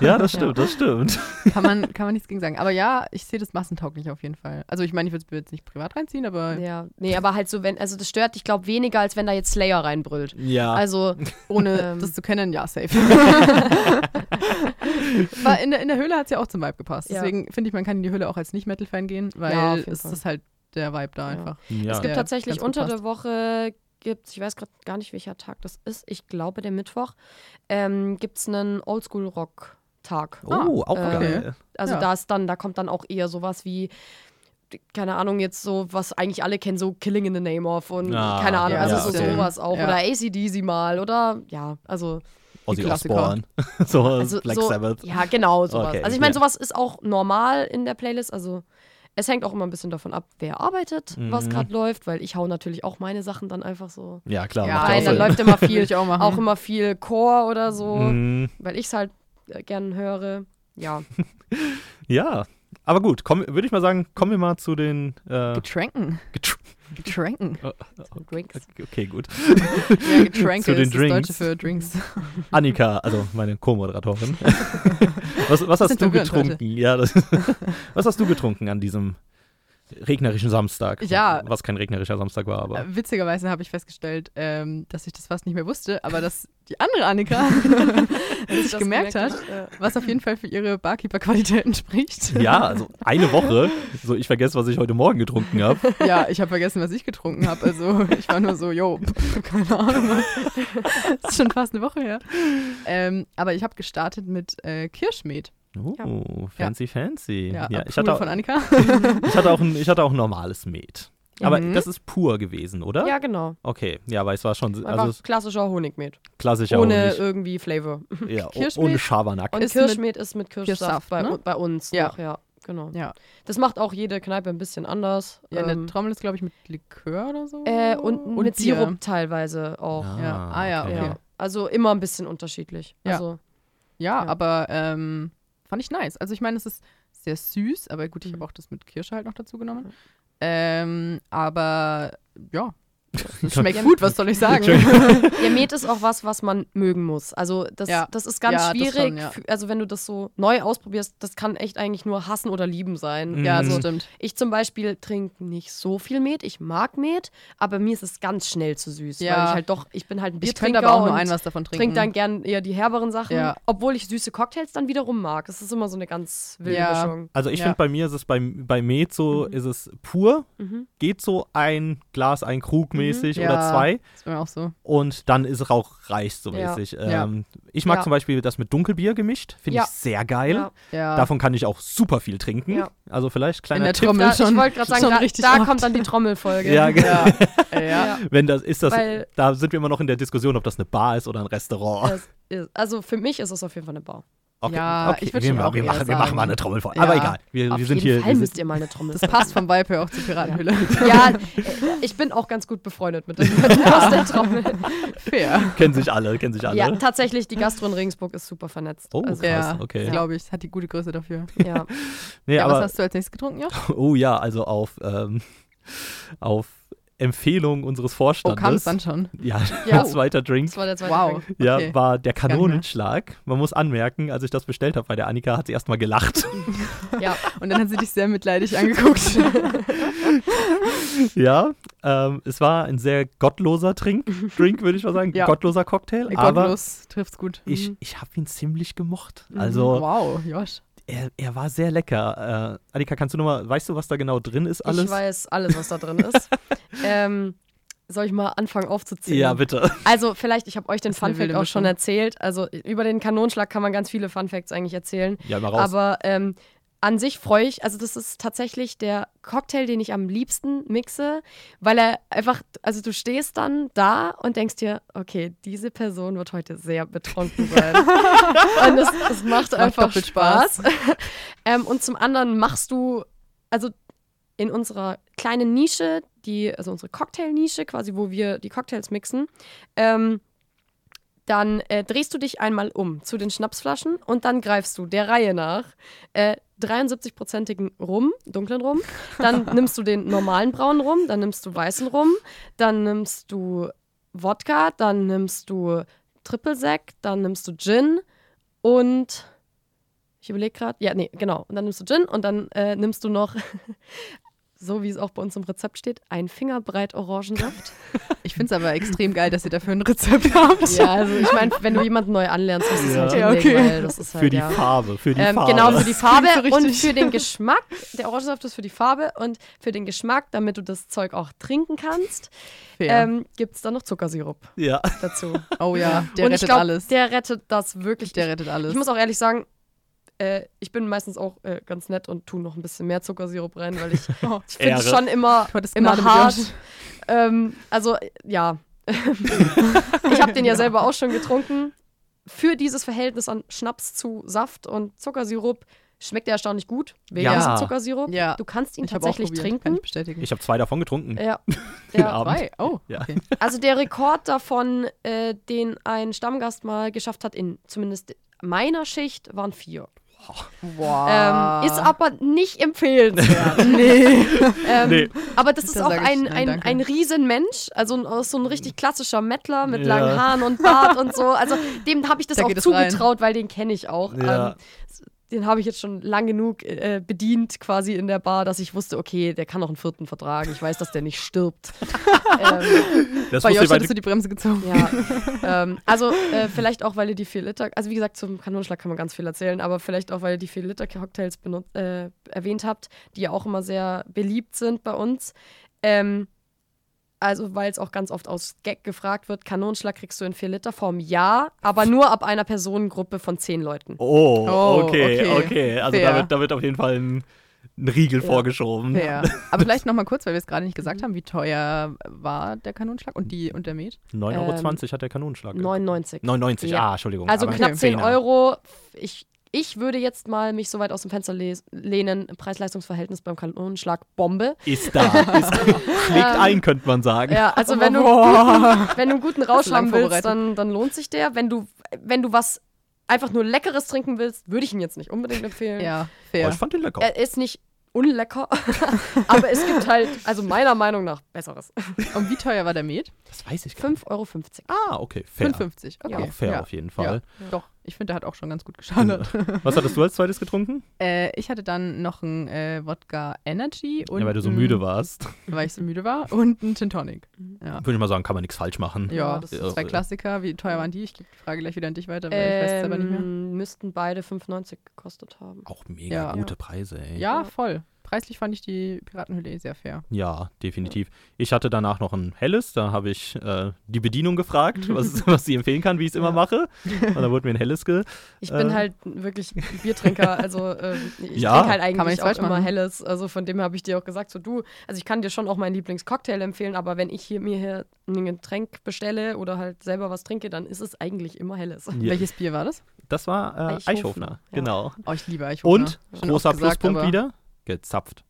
Speaker 3: Ja, das stimmt, das stimmt.
Speaker 4: Kann man, kann man nichts gegen sagen. Aber ja, ich sehe das massentauglich auf jeden Fall. Also ich meine, ich würde es jetzt nicht privat reinziehen, aber
Speaker 5: Ja, nee, aber halt so, wenn, also das stört, ich glaube, weniger, als wenn da jetzt Slayer reinbrüllt.
Speaker 3: Ja.
Speaker 5: Also,
Speaker 4: ohne
Speaker 5: Ähm.
Speaker 4: das zu kennen, ja, safe. War in, der, in der Höhle hat es ja auch zum Vibe gepasst.
Speaker 5: Ja.
Speaker 4: Deswegen finde ich, man kann in die Höhle auch als Nicht-Metal-Fan gehen, weil
Speaker 5: Ja, auf jeden
Speaker 4: es
Speaker 5: Fall.
Speaker 4: ist halt der Vibe da
Speaker 5: Ja.
Speaker 4: einfach.
Speaker 3: ja.
Speaker 5: es gibt
Speaker 4: Ja, ganz
Speaker 5: tatsächlich
Speaker 4: gut
Speaker 5: unter
Speaker 4: passt.
Speaker 5: der Woche, gibt's, ich weiß gerade gar nicht, welcher Tag das ist, ich glaube, der Mittwoch, ähm, gibt es einen Oldschool-Rock-Tag.
Speaker 3: oh, auch
Speaker 5: äh,
Speaker 3: geil.
Speaker 5: Also
Speaker 4: Ja.
Speaker 5: da ist dann, da kommt dann auch eher sowas wie, keine Ahnung, jetzt so, was eigentlich alle kennen, so Killing in the Name of und
Speaker 3: Ah,
Speaker 5: keine Ahnung,
Speaker 4: ja,
Speaker 5: also
Speaker 4: ja,
Speaker 5: so,
Speaker 4: same.
Speaker 5: sowas auch.
Speaker 4: Ja.
Speaker 5: Oder ACDC mal oder ja, also
Speaker 3: Ozzy
Speaker 4: Klassiker.
Speaker 3: Osbourne. so
Speaker 5: Also
Speaker 3: Black
Speaker 5: so,
Speaker 3: Sabbath.
Speaker 5: Ja, genau, sowas.
Speaker 3: Okay,
Speaker 5: also ich meine,
Speaker 3: ja.
Speaker 5: sowas ist auch normal in der Playlist. Also es hängt auch immer ein bisschen davon ab, wer arbeitet, was
Speaker 3: Mhm.
Speaker 5: gerade läuft, weil ich hau natürlich auch meine Sachen dann einfach so.
Speaker 3: Ja, klar.
Speaker 4: Ja,
Speaker 3: macht
Speaker 5: Nein,
Speaker 3: ja
Speaker 5: dann
Speaker 3: auch
Speaker 5: läuft immer
Speaker 4: Will
Speaker 5: viel,
Speaker 4: ich auch machen.
Speaker 5: auch immer viel Chor oder so,
Speaker 3: Sinn. Mhm.
Speaker 5: weil ich es halt äh, gern höre. Ja,
Speaker 3: Ja. Aber gut, komm- würde ich mal sagen, kommen wir mal zu den äh,
Speaker 4: Getränken.
Speaker 3: Getr-
Speaker 4: Tranken.
Speaker 3: Oh, oh,
Speaker 5: Drinks.
Speaker 3: Okay, gut.
Speaker 4: Ja, getranke
Speaker 3: Zu den
Speaker 4: ist das Deutsche
Speaker 3: Drinks.
Speaker 4: für Drinks.
Speaker 3: Annika, also meine Co-Moderatorin. was, was
Speaker 4: sind
Speaker 3: hast du
Speaker 4: verwirrend
Speaker 3: getrunken? Ja, das, was hast du getrunken an diesem regnerischen Samstag?
Speaker 4: Ja.
Speaker 3: Was kein regnerischer Samstag war, aber.
Speaker 4: Äh, Witzigerweise habe ich festgestellt, ähm, dass ich das fast nicht mehr wusste, aber dass die andere Annika sich gemerkt hat, was auf jeden Fall für ihre Barkeeper-Qualitäten spricht.
Speaker 3: Ja, also eine Woche. So, ich vergesse, was ich heute Morgen getrunken habe.
Speaker 4: Ja, ich habe vergessen, was ich getrunken habe. Also ich war nur so, yo, pf, keine Ahnung. Mann. Das ist schon fast eine Woche her. Ähm, aber ich habe gestartet mit äh, Kirschmet.
Speaker 3: Oh, fancy, fancy.
Speaker 4: Ja,
Speaker 3: ich,
Speaker 4: Approval
Speaker 3: hatte,
Speaker 4: von
Speaker 3: auch-
Speaker 4: Annika.
Speaker 3: ich, hatte auch ein, ich hatte auch ein normales Met. Aber
Speaker 4: Mhm.
Speaker 3: das ist pur gewesen, oder?
Speaker 5: Ja, genau.
Speaker 3: Okay, ja, aber es war schon
Speaker 5: Einfach
Speaker 3: also
Speaker 5: klassischer Honigmet.
Speaker 3: klassischer
Speaker 5: Ohne
Speaker 3: Honig.
Speaker 5: irgendwie Flavor.
Speaker 4: äh,
Speaker 3: Ja, o-
Speaker 4: Kirschmilch.
Speaker 3: ohne Schabernack.
Speaker 5: Und
Speaker 4: Ist mit-
Speaker 5: Kirschmet ist mit Kirschsaft,
Speaker 4: Kirschsaft,
Speaker 5: bei,
Speaker 4: ne?
Speaker 5: bei uns.
Speaker 4: Ja.
Speaker 5: Noch, ja. Genau.
Speaker 4: Ja.
Speaker 5: Das macht auch jede Kneipe ein bisschen anders.
Speaker 4: Ja, eine
Speaker 5: ähm,
Speaker 4: Trommel ist, glaube ich, mit Likör oder so.
Speaker 5: äh, und, mit
Speaker 4: Bier.
Speaker 5: Sirup teilweise auch.
Speaker 4: Ja. Ah, ja, okay.
Speaker 5: Ja. Also immer ein bisschen unterschiedlich.
Speaker 4: Ja.
Speaker 5: Also,
Speaker 4: Ja,
Speaker 5: Ja.
Speaker 4: aber ähm, fand ich nice. Also ich meine, es ist sehr süß, aber gut,
Speaker 5: Mhm.
Speaker 4: ich habe auch das mit Kirsche halt noch dazu genommen. Ähm, aber ja, es schmeckt gut, was soll ich sagen?
Speaker 5: ja, Met ist auch was, was man mögen muss. Also das,
Speaker 4: Ja.
Speaker 5: das ist ganz
Speaker 4: Ja, das
Speaker 5: schwierig.
Speaker 4: schon, ja.
Speaker 5: für- Also wenn du das so neu ausprobierst, das kann echt eigentlich nur hassen oder lieben sein.
Speaker 3: Mhm.
Speaker 4: ja,
Speaker 5: also
Speaker 4: das stimmt.
Speaker 5: ich zum Beispiel trinke nicht so viel Met. Ich mag Met, aber mir ist es ganz schnell zu süß, weil
Speaker 4: Ja.
Speaker 5: ich halt doch, ich bin halt ein
Speaker 4: Ich
Speaker 5: Biertrinker
Speaker 4: könnte aber auch nur
Speaker 5: und
Speaker 4: ein was davon trinken.
Speaker 5: trinke dann gern eher die herberen Sachen,
Speaker 4: Ja.
Speaker 5: obwohl ich süße Cocktails dann wiederum mag. Es ist immer so eine ganz wilde
Speaker 4: Ja.
Speaker 5: Mischung.
Speaker 3: Also ich
Speaker 4: Ja.
Speaker 3: finde, bei mir ist es bei, bei Met so, ist es pur,
Speaker 5: Mhm.
Speaker 3: geht so ein Glas, ein Krug mäßig
Speaker 4: Mhm. Ja.
Speaker 3: oder zwei
Speaker 4: Das war mir auch so.
Speaker 3: und dann ist es auch reich so
Speaker 5: Ja.
Speaker 3: mäßig.
Speaker 4: Ja.
Speaker 3: Ähm, ich mag
Speaker 5: Ja.
Speaker 3: zum Beispiel das mit Dunkelbier gemischt, finde
Speaker 5: Ja.
Speaker 3: ich sehr geil.
Speaker 5: Ja.
Speaker 4: Ja.
Speaker 3: Davon kann ich auch super viel trinken.
Speaker 5: Ja.
Speaker 3: Also vielleicht
Speaker 4: in
Speaker 3: kleiner
Speaker 4: der
Speaker 3: Tipp,
Speaker 4: Trommel
Speaker 5: Da, ich
Speaker 4: schon.
Speaker 5: wollte gerade sagen,
Speaker 4: schon
Speaker 5: da,
Speaker 4: richtig
Speaker 5: da
Speaker 4: oft.
Speaker 5: kommt dann die Trommelfolge.
Speaker 3: Ja, ge-
Speaker 4: ja. ja.
Speaker 3: wenn das ist das,
Speaker 5: Weil-
Speaker 3: da sind wir immer noch in der Diskussion, ob das eine Bar ist oder ein Restaurant.
Speaker 5: Das ist, also für mich ist es auf jeden Fall eine Bar.
Speaker 3: Okay,
Speaker 4: Ja,
Speaker 3: okay.
Speaker 4: ich würd
Speaker 3: wir,
Speaker 4: schon
Speaker 3: ma-
Speaker 4: auch
Speaker 3: wir,
Speaker 4: eher
Speaker 3: machen, wir
Speaker 4: sagen.
Speaker 3: machen mal eine Trommel vor.
Speaker 4: Ja.
Speaker 3: Aber egal, wir,
Speaker 5: Auf
Speaker 3: wir sind
Speaker 5: jeden
Speaker 3: hier.
Speaker 5: Fall
Speaker 3: wir
Speaker 5: müsst
Speaker 3: sind,
Speaker 5: ihr mal eine Trommel.
Speaker 4: Das passt vom Vibe her auch zur Piratenhülle.
Speaker 5: ja, äh, ich bin auch ganz gut befreundet mit dem mit aus der Trommel.
Speaker 4: Fair.
Speaker 3: kennen sich alle, kennen sich alle.
Speaker 5: Ja, tatsächlich, die Gastro in Regensburg ist super vernetzt.
Speaker 3: Oh,
Speaker 5: also,
Speaker 3: krass,
Speaker 4: Ja,
Speaker 3: okay.
Speaker 4: glaube ich. Hat die gute Größe dafür.
Speaker 5: ja.
Speaker 3: nee,
Speaker 4: ja, was
Speaker 3: aber,
Speaker 4: hast du als nächstes getrunken, Joch?
Speaker 3: oh ja, also auf, ähm, auf Empfehlung unseres
Speaker 4: Oh, kam es
Speaker 3: Vorstandes.
Speaker 4: dann schon.
Speaker 3: ja,
Speaker 5: Ja.
Speaker 3: zweiter Drink.
Speaker 5: Das war der zweite
Speaker 4: Wow.
Speaker 5: Drink.
Speaker 3: Ja,
Speaker 4: okay.
Speaker 3: war der
Speaker 4: mehr.
Speaker 3: Kanonenschlag. Man muss anmerken, als ich das bestellt habe bei der Annika, hat sie erstmal gelacht.
Speaker 5: Ja,
Speaker 4: Und dann hat sie dich sehr mitleidig angeguckt.
Speaker 3: ja, ähm, es war ein sehr gottloser Drink, Drink würde ich mal sagen.
Speaker 4: Ja. Äh,
Speaker 3: Gottloser Cocktail. Aber
Speaker 4: Gottlos trifft's gut. Mhm.
Speaker 3: ich, ich habe ihn ziemlich gemocht. Also
Speaker 4: Wow, Josh.
Speaker 3: er, er war sehr lecker. Äh, Annika, kannst du nochmal, weißt du, was da genau drin ist alles?
Speaker 5: ich weiß alles, was da drin ist. ähm, soll ich mal anfangen aufzuzählen?
Speaker 3: ja, bitte.
Speaker 5: Also vielleicht, ich habe euch den
Speaker 4: Das ist eine
Speaker 5: Funfact
Speaker 4: wilde
Speaker 5: auch schon
Speaker 4: Mischung.
Speaker 5: erzählt. Also über den Kanonschlag kann man ganz viele Funfacts eigentlich erzählen.
Speaker 3: Ja, mal raus.
Speaker 5: Aber ähm, an sich freue ich, also das ist tatsächlich der Cocktail, den ich am liebsten mixe, weil er einfach, also du stehst dann da und denkst dir, okay, diese Person wird heute sehr betrunken sein. und es, es macht, einfach
Speaker 4: doppelt
Speaker 5: Spaß.
Speaker 4: Spaß.
Speaker 5: ähm, und zum anderen machst du, also in unserer kleinen Nische, die, also unsere Cocktail-Nische quasi, wo wir die Cocktails mixen, ähm, dann äh, drehst du dich einmal um zu den Schnapsflaschen und dann greifst du der Reihe nach äh, 73-prozentigen Rum, dunklen Rum, dann nimmst du den normalen braunen Rum, dann nimmst du weißen Rum, dann nimmst du Wodka, dann nimmst du Triple Sec, dann nimmst du Gin und ich überlege gerade, ja, nee, genau. Und dann nimmst du Gin und dann äh, nimmst du noch, so wie es auch bei uns im Rezept steht, ein Fingerbreit Orangensaft.
Speaker 4: Ich find's aber extrem geil, dass ihr dafür ein Rezept habt.
Speaker 5: ja, also ich meine, wenn du jemanden neu anlernst, musst du es
Speaker 3: Ja.
Speaker 5: halt
Speaker 4: Ja,
Speaker 5: hinlegen,
Speaker 4: okay.
Speaker 5: weil das ist halt,
Speaker 3: für die
Speaker 5: ja.
Speaker 3: Farbe, für die
Speaker 5: Ähm,
Speaker 3: Farbe.
Speaker 5: genau, für die Farbe
Speaker 4: klingt so
Speaker 5: und
Speaker 4: richtig.
Speaker 5: für den Geschmack. Der Orangensaft ist für die Farbe und für den Geschmack, damit du das Zeug auch trinken kannst,
Speaker 4: Fair.
Speaker 5: ähm, gibt es dann noch Zuckersirup
Speaker 3: ja.
Speaker 5: dazu.
Speaker 4: oh ja, der
Speaker 5: und
Speaker 4: rettet
Speaker 5: ich glaub,
Speaker 4: alles. Der,
Speaker 5: Der rettet das wirklich.
Speaker 4: rettet
Speaker 5: ich,
Speaker 4: alles.
Speaker 5: ich muss auch ehrlich sagen, äh, ich bin meistens auch äh, ganz nett und tu noch ein bisschen mehr Zuckersirup rein, weil ich, ich finde es
Speaker 3: Ehre.
Speaker 5: schon immer,
Speaker 4: Du hattest
Speaker 5: immer
Speaker 4: Gnade mit
Speaker 5: hart.
Speaker 4: Josh.
Speaker 5: Ähm, also, äh, ja. ich habe den ja selber auch schon getrunken. Für dieses Verhältnis an Schnaps zu Saft und Zuckersirup schmeckt er erstaunlich gut. Wegen
Speaker 3: Ja.
Speaker 5: diesem Zuckersirup.
Speaker 4: Ja.
Speaker 5: Du kannst ihn
Speaker 4: Ich habe auch
Speaker 5: tatsächlich
Speaker 4: probiert, kann
Speaker 5: trinken.
Speaker 4: ich bestätigen.
Speaker 3: Ich habe zwei davon getrunken.
Speaker 5: Ja.
Speaker 3: Den
Speaker 5: ja.
Speaker 3: Abend.
Speaker 4: Zwei? Oh,
Speaker 3: Ja.
Speaker 4: okay.
Speaker 5: Also der Rekord davon, äh, den ein Stammgast mal geschafft hat, in zumindest meiner Schicht, waren vier.
Speaker 4: Wow.
Speaker 5: Ähm, ist aber nicht empfehlenswert.
Speaker 4: Ah. Nee.
Speaker 5: ähm,
Speaker 3: Nee.
Speaker 5: Aber das ist
Speaker 4: Da
Speaker 5: auch
Speaker 4: sag ich,
Speaker 5: ein,
Speaker 4: nein,
Speaker 5: ein,
Speaker 4: danke.
Speaker 5: ein Riesenmensch, also ein, auch so ein richtig klassischer Mettler mit
Speaker 3: Ja.
Speaker 5: langen Haaren und Bart und so. Also dem habe ich das
Speaker 4: Da
Speaker 5: auch
Speaker 4: geht es rein.
Speaker 5: zugetraut, weil den kenne ich auch.
Speaker 3: Ja.
Speaker 5: Ähm, den habe ich jetzt schon lang genug äh, bedient quasi in der Bar, dass ich wusste, okay, der kann noch einen vierten vertragen. Ich weiß, dass der nicht stirbt. ähm,
Speaker 3: Das
Speaker 4: Bei
Speaker 3: muss
Speaker 4: Josh
Speaker 3: ich
Speaker 4: hättest du die Bremse gezogen.
Speaker 5: ja, ähm, also äh, vielleicht auch, weil ihr die 4 Liter, also wie gesagt, zum Kanonenschlag kann man ganz viel erzählen, aber vielleicht auch, weil ihr die 4 Liter Cocktails benut- äh, erwähnt habt, die ja auch immer sehr beliebt sind bei uns. Ähm, also, weil es auch ganz oft aus Gag gefragt wird, Kanonenschlag kriegst du in 4 Liter Form, ja, aber nur ab einer Personengruppe von 10 Leuten.
Speaker 3: Oh,
Speaker 4: Oh,
Speaker 3: okay, okay.
Speaker 4: okay.
Speaker 3: Also
Speaker 4: Fair.
Speaker 3: da wird, da wird auf jeden Fall ein, ein Riegel vorgeschoben.
Speaker 4: Fair. Aber vielleicht nochmal kurz, weil wir es gerade nicht gesagt haben, wie teuer war der Kanonschlag und, die, und der Met?
Speaker 3: 9,20
Speaker 4: Ähm,
Speaker 3: Euro hat der Kanonenschlag.
Speaker 5: 99.
Speaker 3: 99,
Speaker 5: Ja.
Speaker 3: ah, Entschuldigung.
Speaker 5: Also
Speaker 3: aber
Speaker 5: knapp
Speaker 3: ein
Speaker 5: 10
Speaker 3: Zehner.
Speaker 5: Euro. Ich, ich würde jetzt mal mich so weit aus dem Fenster les- lehnen, Preis-Leistungs-Verhältnis beim Kanonenschlag Bombe.
Speaker 3: Ist da. Ist, schlägt
Speaker 4: Ähm,
Speaker 3: ein, könnte man sagen.
Speaker 5: Ja, also wenn du, wenn du einen guten Rausch
Speaker 4: du lang
Speaker 5: haben willst,
Speaker 4: vorbereitet.
Speaker 5: dann, dann lohnt sich der. Wenn du, wenn du was einfach nur Leckeres trinken willst, würde ich ihn jetzt nicht unbedingt empfehlen.
Speaker 4: Ja, Äh,
Speaker 3: Aber
Speaker 4: fair.
Speaker 3: ich fand den lecker.
Speaker 5: Er ist nicht unlecker, aber es gibt halt, also meiner Meinung nach, Besseres.
Speaker 4: Und wie teuer war der Met?
Speaker 3: das weiß ich gar
Speaker 5: 5,50 Euro.
Speaker 3: Ah, okay, fair.
Speaker 4: 55. Okay.
Speaker 5: Ja,
Speaker 3: Auch fair auf jeden Fall.
Speaker 4: Ja. Doch, ich finde, der hat auch schon ganz gut geschadet.
Speaker 3: Was hattest du als zweites getrunken?
Speaker 4: äh, ich hatte dann noch ein äh, Wodka Energy und
Speaker 3: ja, weil du so
Speaker 4: ein-
Speaker 3: müde warst.
Speaker 4: weil ich so müde war und ein Gin Tonic. Ja.
Speaker 3: Würde ich mal sagen, kann man nichts falsch machen. äh,
Speaker 4: Ja,
Speaker 5: das
Speaker 3: ist-
Speaker 4: zwei Klassiker. Wie teuer waren die? Ich gebe die Frage gleich wieder an dich weiter, weil ich weiß es selber nicht mehr.
Speaker 5: Ähm, müssten beide 5,90 gekostet haben.
Speaker 3: Auch mega
Speaker 4: Ja.
Speaker 3: gute Preise, ey.
Speaker 4: Ja, voll. Preislich fand ich die Piratenhülle eh sehr fair.
Speaker 3: Ja, definitiv. Ich hatte danach noch ein helles, da habe ich äh, die Bedienung gefragt, was, was sie empfehlen kann, wie ich es immer mache. Und da wurde mir ein helles ge.
Speaker 5: Ich bin
Speaker 3: Äh.
Speaker 5: halt wirklich ein Biertrinker, also ähm, ich
Speaker 3: Ja.
Speaker 4: Kann
Speaker 5: trinke halt
Speaker 4: man
Speaker 5: eigentlich
Speaker 4: nichts
Speaker 5: auch
Speaker 4: falsch
Speaker 5: immer
Speaker 4: machen.
Speaker 5: Helles. Also von dem habe ich dir auch gesagt, so du, also ich kann dir schon auch meinen Lieblingscocktail empfehlen, aber wenn ich hier mir hier ein Getränk bestelle oder halt selber was trinke, dann ist es eigentlich immer Helles.
Speaker 3: Ja,
Speaker 4: Welches Bier war das?
Speaker 3: das war äh, Eichhofner,
Speaker 5: Eichhofner, ja.
Speaker 3: genau.
Speaker 4: Oh, ich liebe Eichhörner.
Speaker 3: Und
Speaker 4: Schon
Speaker 3: großer
Speaker 4: oft gesagt,
Speaker 3: Pluspunkt
Speaker 4: aber-
Speaker 3: wieder, gezapft.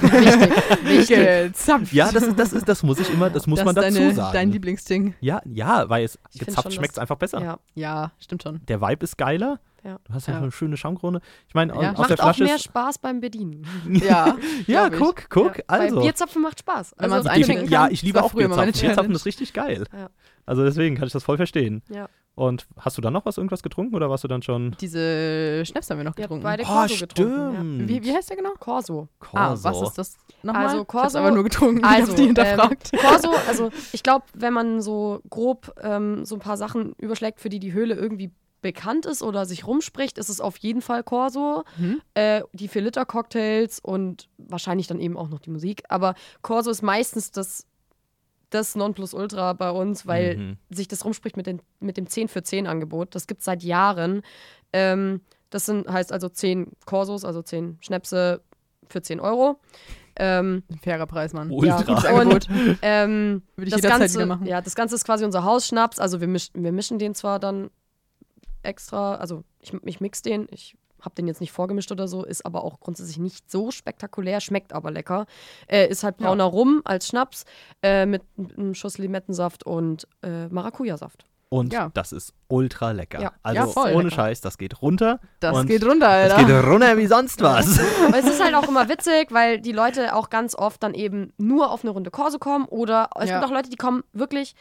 Speaker 5: Wichtig, wichtig.
Speaker 4: Gezapft.
Speaker 3: Ja, das, das, ist, das muss ich immer, das muss
Speaker 4: das
Speaker 3: man
Speaker 4: ist
Speaker 3: dazu
Speaker 4: deine,
Speaker 3: sagen.
Speaker 4: dein Lieblingsding.
Speaker 3: ja, ja, weil es
Speaker 5: Ich find schon,
Speaker 3: gezapft schmeckt es
Speaker 5: dass-
Speaker 3: einfach besser.
Speaker 5: Ja.
Speaker 4: Ja, stimmt schon.
Speaker 3: Der Vibe ist geiler.
Speaker 5: Ja.
Speaker 3: Du hast ja
Speaker 4: Ja.
Speaker 3: eine schöne Schaumkrone. Ich meine,
Speaker 4: Ja.
Speaker 3: aus der
Speaker 5: Macht auch
Speaker 3: Flasche
Speaker 5: mehr
Speaker 3: ist.
Speaker 5: Spaß beim Bedienen.
Speaker 4: Ja,
Speaker 3: Ja,
Speaker 4: glaub ich.
Speaker 3: guck, guck.
Speaker 5: Ja,
Speaker 3: also.
Speaker 5: Weil Bierzapfen macht Spaß.
Speaker 4: Wenn
Speaker 5: Also,
Speaker 4: man's
Speaker 3: Defin-
Speaker 4: einschenken
Speaker 3: Ja,
Speaker 4: kann.
Speaker 3: ich
Speaker 4: Das
Speaker 3: liebe
Speaker 4: war
Speaker 3: auch
Speaker 4: früher immer meine
Speaker 3: Bierzapfen. Bierzapfen
Speaker 4: Challenge.
Speaker 3: ist richtig geil.
Speaker 5: Ja.
Speaker 3: Also deswegen kann ich das voll verstehen.
Speaker 5: ja.
Speaker 3: Und hast du dann noch was irgendwas getrunken oder warst du dann schon? Ah,
Speaker 4: diese Schnaps haben wir noch getrunken.
Speaker 5: beide- Der Corso getrunken,
Speaker 3: Oh, stimmt.
Speaker 4: wie, wie heißt der genau?
Speaker 5: Corso.
Speaker 4: Ah,
Speaker 3: Corso.
Speaker 4: was ist das nochmal?
Speaker 5: Also
Speaker 4: Ich hab's
Speaker 5: Corso-
Speaker 4: aber nur getrunken, ich
Speaker 5: Also,
Speaker 4: hab's nie hinterfragt.
Speaker 5: Ähm, Corso, also ich glaube, wenn man so grob ähm, so ein paar Sachen überschlägt, für die die Höhle irgendwie bekannt ist oder sich rumspricht, ist es auf jeden Fall Corso.
Speaker 4: Mhm.
Speaker 5: Äh, die 4-Liter-Cocktails und wahrscheinlich dann eben auch noch die Musik. Aber Corso ist meistens das, das Nonplusultra bei uns, weil
Speaker 3: Mhm.
Speaker 5: sich das rumspricht mit, den, mit dem 10 für 10 Angebot. Das gibt es seit Jahren. Ähm, das sind, heißt also 10 Corsos, also 10 Schnäpse für 10 Euro. Ähm,
Speaker 4: Ein fairer Preis, Mann.
Speaker 3: Ultra.
Speaker 4: Gutes
Speaker 5: Und
Speaker 4: Angebot.
Speaker 5: ähm,
Speaker 4: Würde ich
Speaker 5: das
Speaker 4: jederzeit
Speaker 5: Ganze,
Speaker 4: wieder machen.
Speaker 5: Ja, das Ganze ist quasi unser Hausschnaps. Also wir, misch, wir mischen den zwar dann extra, also ich, ich mix den, ich habe den jetzt nicht vorgemischt oder so, ist aber auch grundsätzlich nicht so spektakulär, schmeckt aber lecker. Äh, ist halt brauner Rum als Schnaps äh, mit einem Schuss Limettensaft und äh, Maracuja-Saft.
Speaker 3: Und
Speaker 4: Ja.
Speaker 3: das ist ultra lecker.
Speaker 5: Ja.
Speaker 3: Also
Speaker 4: Ja, voll
Speaker 3: ohne
Speaker 4: lecker.
Speaker 3: Scheiß, das geht runter.
Speaker 4: Das
Speaker 3: und
Speaker 4: geht runter,
Speaker 3: Das
Speaker 4: Alter.
Speaker 3: geht runter wie sonst was.
Speaker 5: Aber es ist halt auch immer witzig, weil die Leute auch ganz oft dann eben nur auf eine Runde Korso kommen oder es
Speaker 4: Ja.
Speaker 5: gibt auch Leute, die kommen wirklich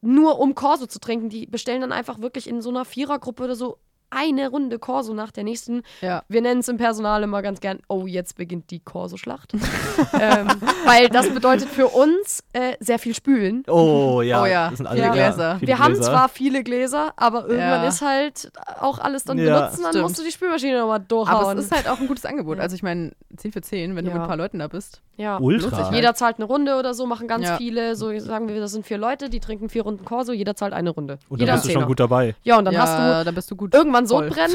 Speaker 5: nur um Korso zu trinken. Die bestellen dann einfach wirklich in so einer Vierergruppe oder so eine Runde Korso nach der nächsten.
Speaker 4: Ja.
Speaker 5: Wir nennen es im Personal immer ganz gern, oh, jetzt beginnt die Korso-Schlacht. ähm, weil das bedeutet für uns äh, sehr viel spülen.
Speaker 3: Oh ja.
Speaker 4: Oh ja,
Speaker 3: Das sind alle
Speaker 4: viele
Speaker 3: ja.
Speaker 4: Gläser.
Speaker 3: viele
Speaker 5: Wir haben
Speaker 3: Gläser.
Speaker 5: zwar viele Gläser, aber irgendwann
Speaker 4: Ja.
Speaker 5: ist halt auch alles dann
Speaker 3: Ja.
Speaker 5: benutzt und dann
Speaker 4: Stimmt.
Speaker 5: musst du die Spülmaschine nochmal durchhauen.
Speaker 4: Aber es ist halt auch ein gutes Angebot.
Speaker 5: Ja.
Speaker 4: Also ich meine, 10 für 10, wenn du
Speaker 5: Ja.
Speaker 4: mit ein paar Leuten da bist.
Speaker 5: ja.
Speaker 4: lohnt
Speaker 3: ultra.
Speaker 4: sich.
Speaker 5: Jeder zahlt eine Runde oder so, machen ganz
Speaker 4: Ja.
Speaker 5: viele. So sagen wir, das sind vier Leute, die trinken vier Runden Corso, jeder zahlt eine Runde.
Speaker 3: und
Speaker 5: jeder
Speaker 3: dann bist du
Speaker 5: einen
Speaker 3: schon gut dabei.
Speaker 5: Zehner. Ja, und dann
Speaker 4: ja,
Speaker 5: hast
Speaker 4: da bist du gut.
Speaker 5: du
Speaker 4: voll.
Speaker 5: irgendwann Sodbrennen,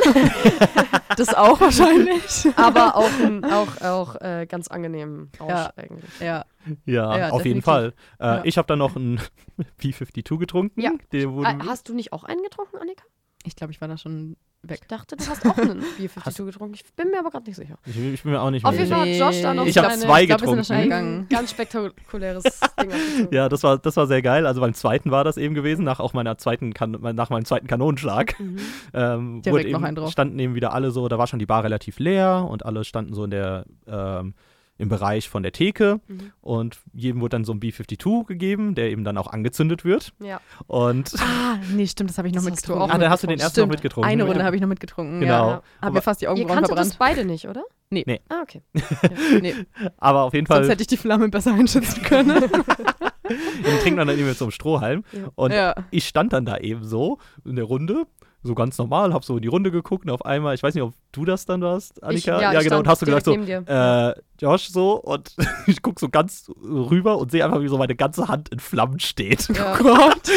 Speaker 4: Das auch wahrscheinlich.
Speaker 5: aber auch, ein- auch, auch äh, ganz angenehm Rausch
Speaker 4: Ja.
Speaker 5: eigentlich.
Speaker 4: ja.
Speaker 3: Ja,
Speaker 4: Ja,
Speaker 3: auf jeden
Speaker 4: definitiv.
Speaker 3: Fall. Äh,
Speaker 4: Ja.
Speaker 3: Ich habe dann noch ein B52 getrunken.
Speaker 5: Ja.
Speaker 3: Den
Speaker 5: Äh,
Speaker 3: wurde,
Speaker 4: Ah,
Speaker 5: hast du nicht auch einen getrunken, Annika?
Speaker 4: Ich glaube, ich war da schon weg.
Speaker 5: Ich dachte, du hast auch einen Bier 52
Speaker 3: Hast-
Speaker 5: getrunken. Ich bin mir aber gerade nicht sicher.
Speaker 4: ah.
Speaker 3: Ich, ich bin mir auch nicht
Speaker 5: Auf
Speaker 3: mehr
Speaker 5: jeden
Speaker 3: sicher.
Speaker 5: Fall hat Josh da noch
Speaker 3: Ich hab
Speaker 5: kleine-
Speaker 3: zwei
Speaker 4: ich glaub, wir sind da schnell
Speaker 5: ein
Speaker 4: gegangen.
Speaker 5: Mhm. Ganz spektakuläres Ding. abgezogen.
Speaker 3: Ja, das war, das war sehr geil. Also beim zweiten war das eben gewesen, nach auch meiner zweiten kan nach meinem zweiten Kanonenschlag.
Speaker 5: Mhm.
Speaker 3: Ähm,
Speaker 4: Direkt
Speaker 3: wurde
Speaker 4: noch
Speaker 3: eben,
Speaker 4: einen drauf.
Speaker 3: Standen eben wieder alle so, da war schon die Bar relativ leer und alle standen so in der, ähm, im Bereich von der Theke
Speaker 5: Mhm.
Speaker 3: und jedem wurde dann so ein B-52 gegeben, der eben dann auch angezündet wird.
Speaker 5: Ja.
Speaker 3: Und
Speaker 4: Ah, nee, stimmt, das habe ich noch
Speaker 5: Das hast du
Speaker 4: mitgetrunken.
Speaker 5: auch
Speaker 3: ah, da hast du den
Speaker 5: mitgetrunken.
Speaker 3: ersten noch
Speaker 4: Stimmt.
Speaker 3: mitgetrunken.
Speaker 4: Eine Runde habe ich noch mitgetrunken.
Speaker 3: Genau.
Speaker 4: Ja. Hab
Speaker 3: Aber-
Speaker 4: mir fast die
Speaker 5: Ihr
Speaker 4: Augenbrauen
Speaker 5: kanntet
Speaker 4: verbrannt.
Speaker 5: das beide nicht, oder?
Speaker 4: Nee.
Speaker 3: Nee.
Speaker 5: Ah, okay.
Speaker 4: Nee,
Speaker 3: Aber auf jeden
Speaker 4: sonst
Speaker 3: Fall,
Speaker 4: hätte ich die Flamme besser einschätzen können.
Speaker 3: den trinkt man dann eben mit so einem Strohhalm.
Speaker 5: Ja.
Speaker 3: Und
Speaker 4: ja.
Speaker 3: ich stand dann da eben so in der Runde, so ganz normal, hab so in die Runde geguckt und auf einmal, ich weiß nicht, ob du das dann warst, Annika.
Speaker 5: ja, ich
Speaker 3: genau,
Speaker 5: stand
Speaker 3: und hast du gesagt
Speaker 5: direkt
Speaker 3: so,
Speaker 5: neben
Speaker 3: äh, Josh so und ich guck so ganz rüber und sehe einfach, wie so meine ganze Hand in Flammen steht.
Speaker 4: Oh Gott,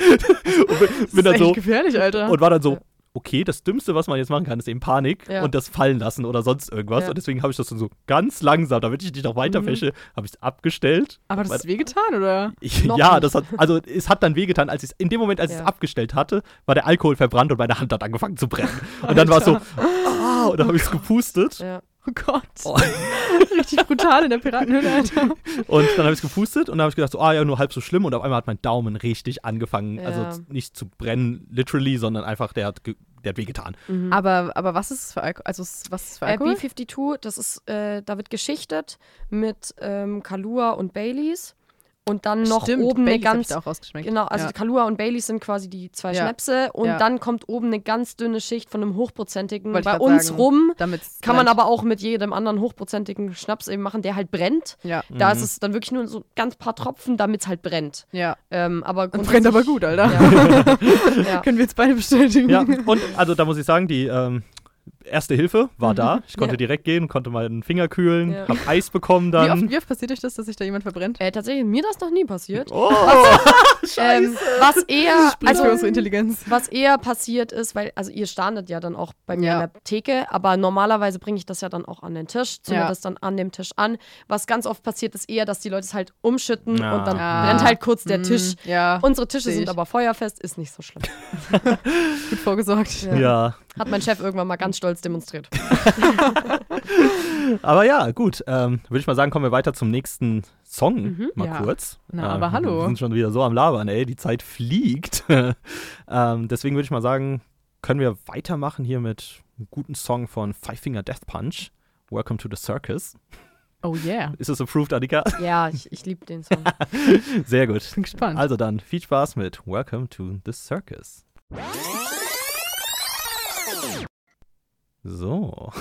Speaker 3: Und bin,
Speaker 4: das
Speaker 3: bin
Speaker 4: ist
Speaker 3: dann
Speaker 4: echt
Speaker 3: so
Speaker 4: gefährlich, Alter.
Speaker 3: und war dann so, okay, das Dümmste, was man jetzt machen kann, ist eben Panik
Speaker 5: Ja.
Speaker 3: und das fallen lassen oder sonst irgendwas.
Speaker 5: Ja. Mhm.
Speaker 3: Und deswegen habe ich das dann so ganz langsam, damit ich nicht noch weiterfäsche, habe ich es abgestellt.
Speaker 4: Aber das ist wehgetan, oder?
Speaker 3: Ich,
Speaker 5: Noch
Speaker 3: ja,
Speaker 5: nicht.
Speaker 3: das hat, also es hat dann wehgetan, als ich in dem Moment, als ich
Speaker 5: Ja.
Speaker 3: es abgestellt hatte, war der Alkohol verbrannt und meine Hand hat angefangen zu brennen. Und dann war es so, ah, und dann habe ich es gepustet.
Speaker 5: Ja.
Speaker 4: Oh Gott.
Speaker 3: Oh.
Speaker 4: Richtig brutal in der Piratenhöhle, Alter.
Speaker 3: Und dann habe ich es gepustet und dann habe ich gedacht, so, ah ja, nur halb so schlimm. Und auf einmal hat mein Daumen richtig angefangen,
Speaker 5: Ja.
Speaker 3: also z- nicht zu brennen, literally, sondern einfach, der hat, ge- der hat wehgetan.
Speaker 5: Mhm.
Speaker 4: Aber, aber was ist es für Alkohol? Also, es- was ist es für
Speaker 5: Äh,
Speaker 4: Alkohol?
Speaker 5: B52, das ist, äh, da wird geschichtet mit ähm, Kalua und Baileys und dann noch
Speaker 4: Stimmt,
Speaker 5: oben
Speaker 4: Baileys
Speaker 5: eine
Speaker 4: hab
Speaker 5: ganz
Speaker 4: ich da auch rausgeschmeckt.
Speaker 5: Genau, also Kalua und Baileys sind quasi die zwei
Speaker 4: Ja.
Speaker 5: Schnäpse und
Speaker 4: Ja.
Speaker 5: dann kommt oben eine ganz dünne Schicht von einem hochprozentigen.
Speaker 4: Wollte ich
Speaker 5: Bei
Speaker 4: grad
Speaker 5: uns
Speaker 4: sagen.
Speaker 5: rum
Speaker 4: damit
Speaker 5: kann man aber auch mit jedem anderen hochprozentigen Schnaps eben machen, der halt brennt.
Speaker 4: Ja,
Speaker 5: Da
Speaker 3: Mhm.
Speaker 5: ist es dann wirklich nur so ganz paar Tropfen, damit es halt brennt.
Speaker 4: ja.
Speaker 5: Ähm, aber
Speaker 4: Und brennt aber
Speaker 5: grundsätzlich-
Speaker 4: gut, Genau. Alter.
Speaker 5: Ja. ja.
Speaker 4: Können wir jetzt beide bestätigen.
Speaker 3: Ja, und also da muss ich sagen, die ähm, erste Hilfe war da. Ich konnte
Speaker 5: Mhm. Ja.
Speaker 3: direkt gehen, konnte meinen Finger kühlen,
Speaker 5: Ja.
Speaker 3: habe Eis bekommen
Speaker 4: Wie oft,
Speaker 3: dann.
Speaker 4: wie oft passiert euch das, dass sich da jemand verbrennt?
Speaker 5: Äh, tatsächlich, mir das noch nie passiert.
Speaker 3: Oh,
Speaker 5: Ähm, was eher,
Speaker 4: Spricht für
Speaker 5: also,
Speaker 4: unsere Intelligenz.
Speaker 5: was eher passiert ist, weil, also ihr standet ja dann auch bei mir
Speaker 4: Ja.
Speaker 5: an der Theke, aber normalerweise bringe ich das ja dann auch an den Tisch, zünde
Speaker 4: Ja.
Speaker 5: das dann an dem Tisch an. Was ganz oft passiert ist eher, dass die Leute es halt umschütten
Speaker 3: Ja.
Speaker 5: und dann
Speaker 4: Ah.
Speaker 5: brennt halt kurz der
Speaker 4: Mm,
Speaker 5: Tisch.
Speaker 4: Ja, und
Speaker 5: Unsere Tische
Speaker 4: Sehe ich.
Speaker 5: sind aber feuerfest, ist nicht so schlimm.
Speaker 4: gut vorgesorgt.
Speaker 5: Ja.
Speaker 3: ja.
Speaker 5: Hat mein Chef irgendwann mal ganz stolz demonstriert.
Speaker 3: Aber ja, gut. Ähm, Würde ich mal sagen, kommen wir weiter zum nächsten Song mal
Speaker 4: Mhm, Ja.
Speaker 3: kurz.
Speaker 4: Na,
Speaker 3: Ähm,
Speaker 4: aber hallo.
Speaker 3: Wir sind schon wieder so am Labern, ey. Die Zeit fliegt. ähm, deswegen würde ich mal sagen, können wir weitermachen hier mit einem guten Song von Five Finger Death Punch. Welcome to the Circus.
Speaker 4: Oh yeah.
Speaker 3: Ist es approved, Annika?
Speaker 5: Ja, ich, ich liebe den Song.
Speaker 3: Sehr gut.
Speaker 4: Bin gespannt.
Speaker 3: Also dann, viel Spaß mit Welcome to the Circus. So.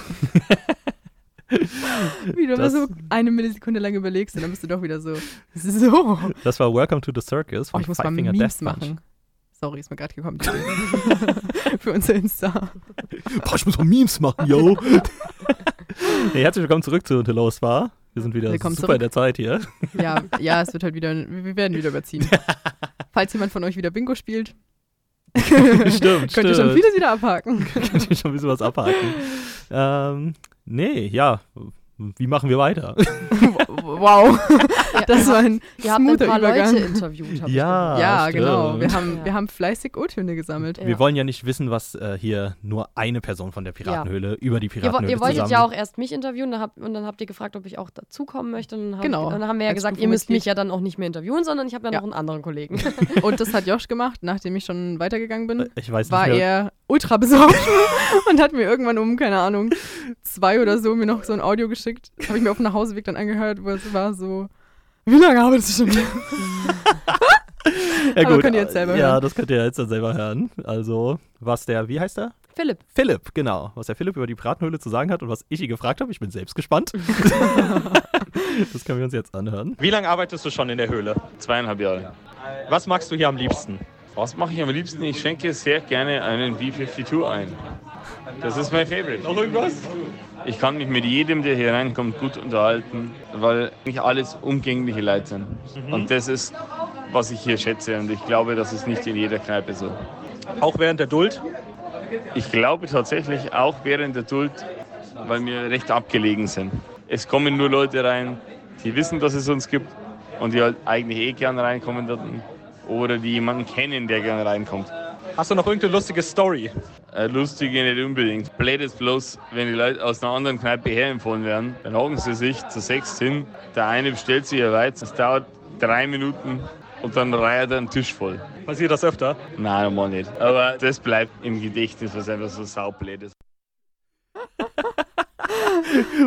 Speaker 4: Wie du immer
Speaker 3: das-
Speaker 4: so eine Millisekunde lang überlegst und dann bist du doch wieder so. So.
Speaker 3: Das war Welcome to the Circus
Speaker 4: Oh,
Speaker 3: von
Speaker 4: ich muss
Speaker 3: Five
Speaker 4: mal
Speaker 3: Finger
Speaker 4: Memes
Speaker 3: Death Punch.
Speaker 4: machen. Sorry, ist mir gerade gekommen. die Idee. Für unser Insta.
Speaker 3: Boah, ich muss auch Memes machen, yo. hey, herzlich willkommen zurück zu The Low Spa. Wir sind wieder
Speaker 4: Willkommen
Speaker 3: super
Speaker 4: zurück.
Speaker 3: in der Zeit hier.
Speaker 4: Ja, ja, es wird halt wieder, wir werden wieder überziehen. Falls jemand von euch wieder Bingo spielt,
Speaker 3: stimmt,
Speaker 4: könnt ihr schon vieles wieder abhaken.
Speaker 3: Könnt ihr schon ein bisschen was abhaken. ähm, nee, ja. Wie machen wir weiter?
Speaker 4: wow,
Speaker 5: Ja,
Speaker 4: das war ein
Speaker 5: ihr habt ein
Speaker 4: smoother
Speaker 5: paar
Speaker 4: Übergang.
Speaker 5: Leute interviewt. hab ich gehört.
Speaker 4: ja,
Speaker 3: stimmt.
Speaker 4: genau. Wir haben,
Speaker 5: Ja.
Speaker 4: wir haben fleißig O-Töne gesammelt.
Speaker 5: Ja.
Speaker 3: Wir wollen ja nicht wissen, was äh, hier nur eine Person von der Piratenhöhle über die
Speaker 5: Ihr, wo-
Speaker 3: Piratenhöhle
Speaker 5: ihr wolltet
Speaker 3: zusammen.
Speaker 5: ja auch erst mich interviewen dann habt, und dann habt ihr gefragt, ob ich auch dazukommen möchte. Und dann hab
Speaker 4: Genau.
Speaker 5: Ich, und dann haben wir ja
Speaker 4: Als
Speaker 5: gesagt, ihr
Speaker 4: Gruppenmitglied.
Speaker 5: müsst mich ja dann auch nicht mehr interviewen, sondern ich habe ja,
Speaker 4: Ja.
Speaker 5: noch einen anderen Kollegen.
Speaker 4: Und das hat Josh gemacht, nachdem ich schon weitergegangen bin.
Speaker 3: Äh, ich weiß
Speaker 4: War
Speaker 3: nicht mehr.
Speaker 4: er ultra besorgt und hat mir irgendwann um, keine Ahnung, zwei oder so mir noch so ein Audio geschickt. Habe ich mir auf dem Nachhauseweg dann angehört, wo es war so, wie lange arbeitest du schon? hier?
Speaker 3: ja,
Speaker 4: aber könnt ihr jetzt selber
Speaker 3: Ja,
Speaker 4: hören.
Speaker 3: das könnt ihr jetzt dann selber hören. Also, was der, wie heißt er?
Speaker 5: Philipp,
Speaker 3: Philipp, genau. Was der Philipp über die Piratenhöhle zu sagen hat und was ich ihn gefragt habe, ich bin selbst gespannt. das können wir uns jetzt anhören.
Speaker 6: Wie lange arbeitest du schon in der Höhle?
Speaker 7: Zweieinhalb Jahre.
Speaker 6: Was magst du hier am liebsten?
Speaker 7: Was mache ich am liebsten? Ich schenke sehr gerne einen B-52 ein. Das ist mein Favorite.
Speaker 6: Noch irgendwas?
Speaker 7: Ich kann mich mit jedem, der hier reinkommt, gut unterhalten, weil nicht alles umgängliche Leute sind.
Speaker 6: Mhm.
Speaker 7: Und das ist, was ich hier schätze. Und ich glaube, das ist nicht in jeder Kneipe so.
Speaker 6: Auch während der Duld?
Speaker 7: Ich glaube tatsächlich auch während der Duld, weil wir recht abgelegen sind. Es kommen nur Leute rein, die wissen, dass es uns gibt und die halt eigentlich eh gern reinkommen würden oder die jemanden kennen, der gern reinkommt.
Speaker 6: Hast du noch irgendeine lustige Story?
Speaker 7: Äh, Lustige nicht unbedingt. Blöd ist bloß, wenn die Leute aus einer anderen Kneipe herempfohlen werden, dann hocken sie sich zu sechs hin. Der eine bestellt sich ein Weiz, es dauert drei Minuten und dann reiht er einen Tisch voll.
Speaker 6: Passiert das öfter?
Speaker 7: Nein, normal nicht. Aber das bleibt im Gedächtnis, was einfach so saublöd ist.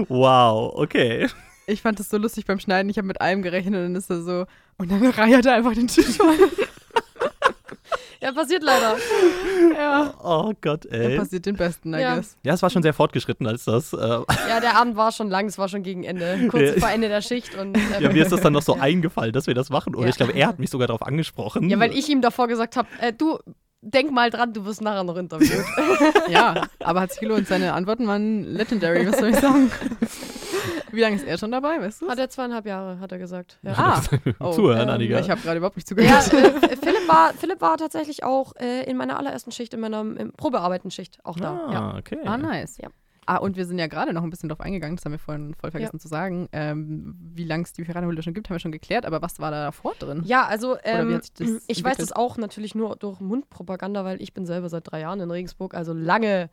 Speaker 3: Wow, okay.
Speaker 4: Ich fand das so lustig beim Schneiden. Ich habe mit allem gerechnet und dann ist er so. Und dann reiert er einfach den Tisch voll.
Speaker 5: Ja, passiert leider.
Speaker 4: ja.
Speaker 3: Oh Gott,
Speaker 4: Dann
Speaker 3: ey.
Speaker 4: passiert den Besten, I
Speaker 5: Ja.
Speaker 4: guess.
Speaker 3: Ja, es war schon sehr fortgeschritten als das. Äh,
Speaker 5: Ja, der Abend war schon lang, es war schon gegen Ende. Kurz
Speaker 3: Ja.
Speaker 5: vor Ende der Schicht. Und, ähm,
Speaker 3: Ja, mir ist das dann noch so eingefallen, dass wir das machen. Oder
Speaker 5: Ja.
Speaker 3: ich glaube, er hat mich sogar darauf angesprochen.
Speaker 5: ja, weil ich ihm davor gesagt habe, äh, du, denk mal dran, du wirst nachher noch interviewt.
Speaker 4: Ja, aber hat sich gelohnt. Seine Antworten waren legendary, was soll ich sagen? Wie lange ist er schon dabei, weißt du?
Speaker 5: Hat er zweieinhalb Jahre, hat er gesagt. Ja.
Speaker 4: Ah,
Speaker 3: Zuhören,
Speaker 4: ähm,
Speaker 3: Annika.
Speaker 4: Ich habe gerade überhaupt nicht
Speaker 5: Ja,
Speaker 4: zugehört.
Speaker 5: äh, Philipp, war, Philipp war tatsächlich auch äh, in meiner allerersten Schicht, in meiner im Probearbeitenschicht auch da.
Speaker 3: Ah,
Speaker 5: Ja.
Speaker 3: okay.
Speaker 4: Ah, nice.
Speaker 5: Ja.
Speaker 4: Ah, und wir sind ja gerade noch ein bisschen drauf eingegangen, das haben wir vorhin voll vergessen zu sagen. Ähm, wie lange es die Piratenhöhle schon gibt, haben wir schon geklärt, aber was war da davor drin?
Speaker 5: Ja, also
Speaker 4: wie
Speaker 5: ähm,
Speaker 4: hat sich das
Speaker 5: ich weiß
Speaker 4: entwickelt?
Speaker 5: das auch natürlich nur durch Mundpropaganda, weil ich bin selber seit drei Jahren in Regensburg, also lange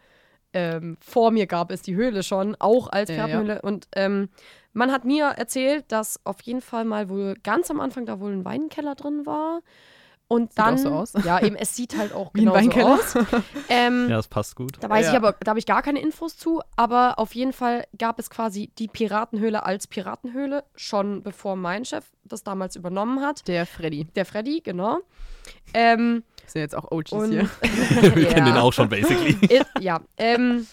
Speaker 5: ähm, vor mir gab es die Höhle schon, auch als
Speaker 4: Ja, ja.
Speaker 5: Pferdenhöhle. Und ähm, man hat mir erzählt, dass auf jeden Fall mal wohl ganz am Anfang da wohl ein Weinkeller drin war. Und
Speaker 4: auch
Speaker 5: dann
Speaker 4: so aus.
Speaker 5: ja eben es sieht halt auch
Speaker 4: Wie ein
Speaker 5: genau so
Speaker 4: Weinkeller.
Speaker 5: aus. Ähm,
Speaker 3: Ja, das passt gut.
Speaker 5: Da weiß
Speaker 4: Ja.
Speaker 5: ich aber, da habe ich gar keine Infos zu, aber auf jeden Fall gab es quasi die Piratenhöhle als Piratenhöhle, schon bevor mein Chef das damals übernommen hat.
Speaker 4: Der Freddy.
Speaker 5: Der Freddy, genau. Ähm,
Speaker 4: Wir sind jetzt auch OGs
Speaker 5: und
Speaker 4: hier.
Speaker 3: Wir
Speaker 5: ja.
Speaker 3: kennen den auch schon,
Speaker 4: Um
Speaker 3: basically.
Speaker 5: Ist, ja, ähm,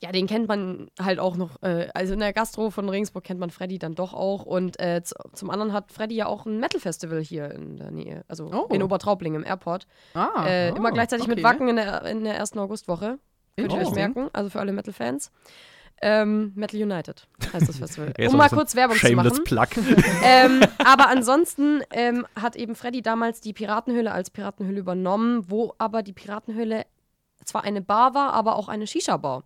Speaker 5: ja, den kennt man halt auch noch. Äh, also in der Gastro von Regensburg kennt man Freddy dann doch auch. Und äh, zu, zum anderen hat Freddy ja auch ein Metal-Festival hier in der Nähe, also
Speaker 4: Oh.
Speaker 5: in Obertraubling im Airport.
Speaker 4: Ah,
Speaker 5: äh, immer
Speaker 4: oh,
Speaker 5: gleichzeitig mit
Speaker 4: okay. Oh.
Speaker 5: Wacken in der, in der ersten Augustwoche. Könnt ihr euch
Speaker 3: Interesting.
Speaker 5: merken, also für alle Metal-Fans. Ähm, Metal United heißt das Festival.
Speaker 3: Ja, ist
Speaker 5: um
Speaker 3: auch
Speaker 5: mal
Speaker 3: so ein
Speaker 5: kurz Werbung zu machen.
Speaker 3: Shameless Plug.
Speaker 5: ähm, aber ansonsten ähm, hat eben Freddy damals die Piratenhöhle als Piratenhöhle übernommen, wo aber die Piratenhöhle zwar eine Bar war, aber auch eine Shisha-Bar.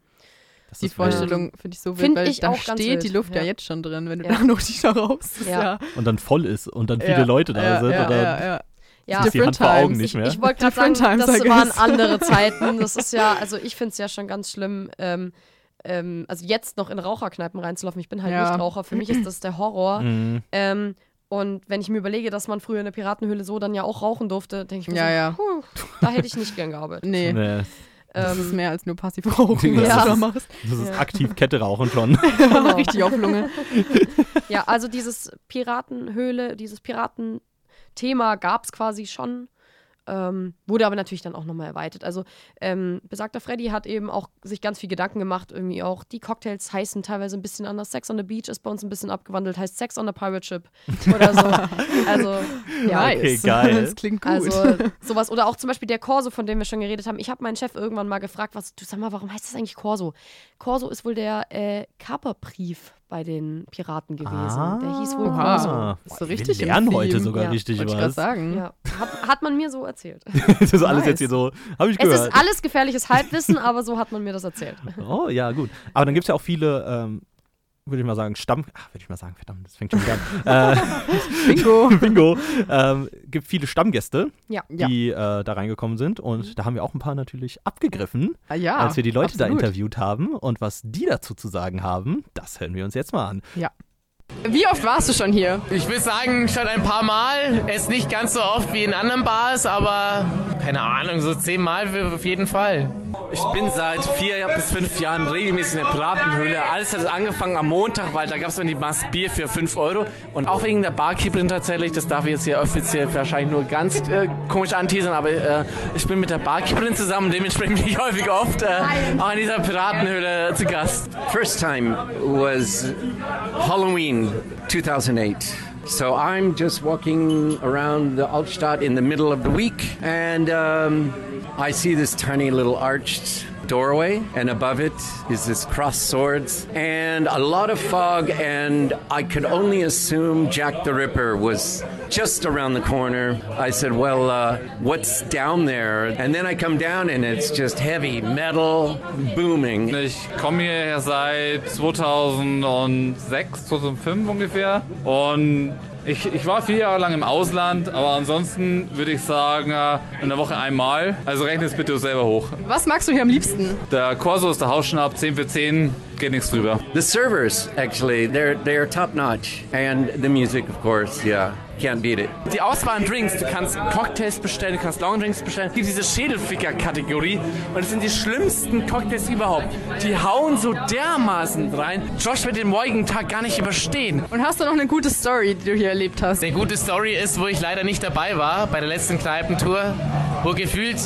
Speaker 3: Das
Speaker 4: Die
Speaker 3: ist wild.
Speaker 4: Vorstellung finde ich so wild,
Speaker 5: Find
Speaker 4: weil
Speaker 5: ich
Speaker 4: da
Speaker 5: auch
Speaker 4: steht
Speaker 5: ganz
Speaker 4: die
Speaker 5: wild,
Speaker 4: Luft ja.
Speaker 5: ja.
Speaker 4: jetzt schon drin, wenn du
Speaker 5: Ja.
Speaker 4: da noch die Schau raus. ist
Speaker 5: Ja.
Speaker 3: Und dann voll ist und dann viele
Speaker 4: Ja.
Speaker 3: Leute da
Speaker 4: ja,
Speaker 3: sind.
Speaker 4: ja,
Speaker 3: oder
Speaker 4: ja, ja.
Speaker 5: Ja,
Speaker 3: Das ist die Hand
Speaker 4: Different
Speaker 3: vor Augen
Speaker 4: times.
Speaker 3: nicht mehr.
Speaker 5: ich wollte gerade sagen,
Speaker 4: Different times,
Speaker 5: das
Speaker 4: I
Speaker 5: waren
Speaker 4: guess.
Speaker 5: andere Zeiten. Das ist ja, also ich finde es ja schon ganz schlimm, ähm, ähm, also jetzt noch in Raucherkneipen reinzulaufen. Ich bin halt
Speaker 4: Ja.
Speaker 5: nicht Raucher, für mich ist das der Horror.
Speaker 3: Mhm.
Speaker 5: Ähm, und wenn ich mir überlege, dass man früher in der Piratenhöhle so dann ja auch rauchen durfte, denke ich mir
Speaker 4: Ja,
Speaker 5: so,
Speaker 4: ja.
Speaker 5: Puh, da hätte ich nicht gern gearbeitet.
Speaker 4: Nee,
Speaker 3: Nee,
Speaker 4: das ist
Speaker 5: Ähm,
Speaker 4: mehr als nur passiv rauchen, was
Speaker 5: Ja.
Speaker 4: du da machst.
Speaker 3: das ist
Speaker 5: Ja.
Speaker 3: aktiv Kette rauchen schon.
Speaker 5: genau.
Speaker 4: Richtig auf Lunge.
Speaker 5: Ja, also dieses Piratenhöhle, dieses Piratenthema gab es quasi schon, ähm, wurde aber natürlich dann auch nochmal erweitert. Also ähm, besagter Freddy hat eben auch sich ganz viel Gedanken gemacht, irgendwie auch die Cocktails heißen teilweise ein bisschen anders. Sex on the Beach ist bei uns ein bisschen abgewandelt, heißt Sex on the Pirate Ship oder so. Also, ja.
Speaker 4: nice.
Speaker 3: Okay, geil.
Speaker 4: Das klingt gut.
Speaker 5: Also sowas. Oder auch zum Beispiel der Corso, von dem wir schon geredet haben. Ich habe meinen Chef irgendwann mal gefragt, was, du sag mal, warum heißt das eigentlich Corso? Corso ist wohl der äh, Kaperbrief bei den Piraten gewesen. der hieß wohl
Speaker 4: Oha.
Speaker 5: Corso.
Speaker 4: Ist so richtig
Speaker 3: Ah. Wir lernen
Speaker 4: im
Speaker 3: heute
Speaker 4: Theme.
Speaker 3: sogar
Speaker 5: Ja,
Speaker 3: richtig
Speaker 4: Wollte ich gerade
Speaker 3: was.
Speaker 4: sagen.
Speaker 5: Ja, hat, hat man mir so erzählt.
Speaker 3: Das ist alles
Speaker 4: Nice.
Speaker 3: jetzt hier so, habe ich
Speaker 5: Es
Speaker 3: gehört.
Speaker 5: ist alles gefährliches Halbwissen, aber so hat man mir das erzählt.
Speaker 3: Oh, ja, gut. Aber dann gibt es ja auch viele, ähm, würde ich mal sagen, Stamm. Ach, würde ich mal sagen, verdammt, das fängt schon wieder an. Bingo. Bingo. Ähm, gibt viele Stammgäste,
Speaker 5: Ja.
Speaker 4: Ja. Mhm.
Speaker 3: die äh, da reingekommen sind. Und da haben wir auch ein paar natürlich abgegriffen,
Speaker 4: Ah, ja,
Speaker 3: als wir die Leute da
Speaker 4: absolut.
Speaker 3: interviewt haben. Und was die dazu zu sagen haben, das hören wir uns jetzt mal an.
Speaker 4: Wie oft warst du schon hier?
Speaker 8: Ich würde sagen, schon ein paar Mal. Es nicht ganz so oft wie in anderen Bars, aber keine Ahnung, so zehnmal für- auf jeden Fall.
Speaker 9: Ich bin seit vier bis fünf Jahren regelmäßig in der Piratenhöhle. Alles hat angefangen am Montag, weil da gab es dann die Maß Bier für 5 Euro. Und auch wegen der Barkeeperin tatsächlich, das darf ich jetzt hier offiziell wahrscheinlich nur ganz äh, komisch anteasern, aber äh, ich bin mit der Barkeeperin zusammen, dementsprechend bin ich häufig oft äh, auch in dieser Piratenhöhle zu Gast.
Speaker 10: First time was Halloween 2008. So I'm just walking around the Altstadt in the middle of the week, and um, I see this tiny little arched doorway, and above it is this cross swords and a lot of fog, and I could only assume Jack the Ripper was just around the corner. I said, "Well, uh, what's down there?" And then I come down, and it's just heavy metal booming,
Speaker 11: Ich komme hierher seit 2006, 2005 ungefähr und Ich, ich war vier Jahre lang im Ausland, aber ansonsten würde ich sagen, äh, in der Woche einmal. Also rechne es bitte selber hoch.
Speaker 4: Was magst du hier am liebsten?
Speaker 11: Der Corso ist der Hausschnapp, 10 für 10, geht nichts drüber.
Speaker 10: The servers, actually, they're they're top notch, and the music, of course, yeah, can't beat it.
Speaker 9: Die Auswahl an Drinks, du kannst Cocktails bestellen, du kannst Longdrinks bestellen. Es gibt diese Schädelficker-Kategorie und es sind die schlimmsten Cocktails überhaupt. Die hauen so dermaßen rein. Josh wird den morgigen Tag gar nicht überstehen.
Speaker 4: Und hast du noch eine gute Story, die du hier erlebt hast?
Speaker 9: Eine gute Story ist, wo ich leider nicht dabei war bei der letzten Kneipentour, wo gefühlt,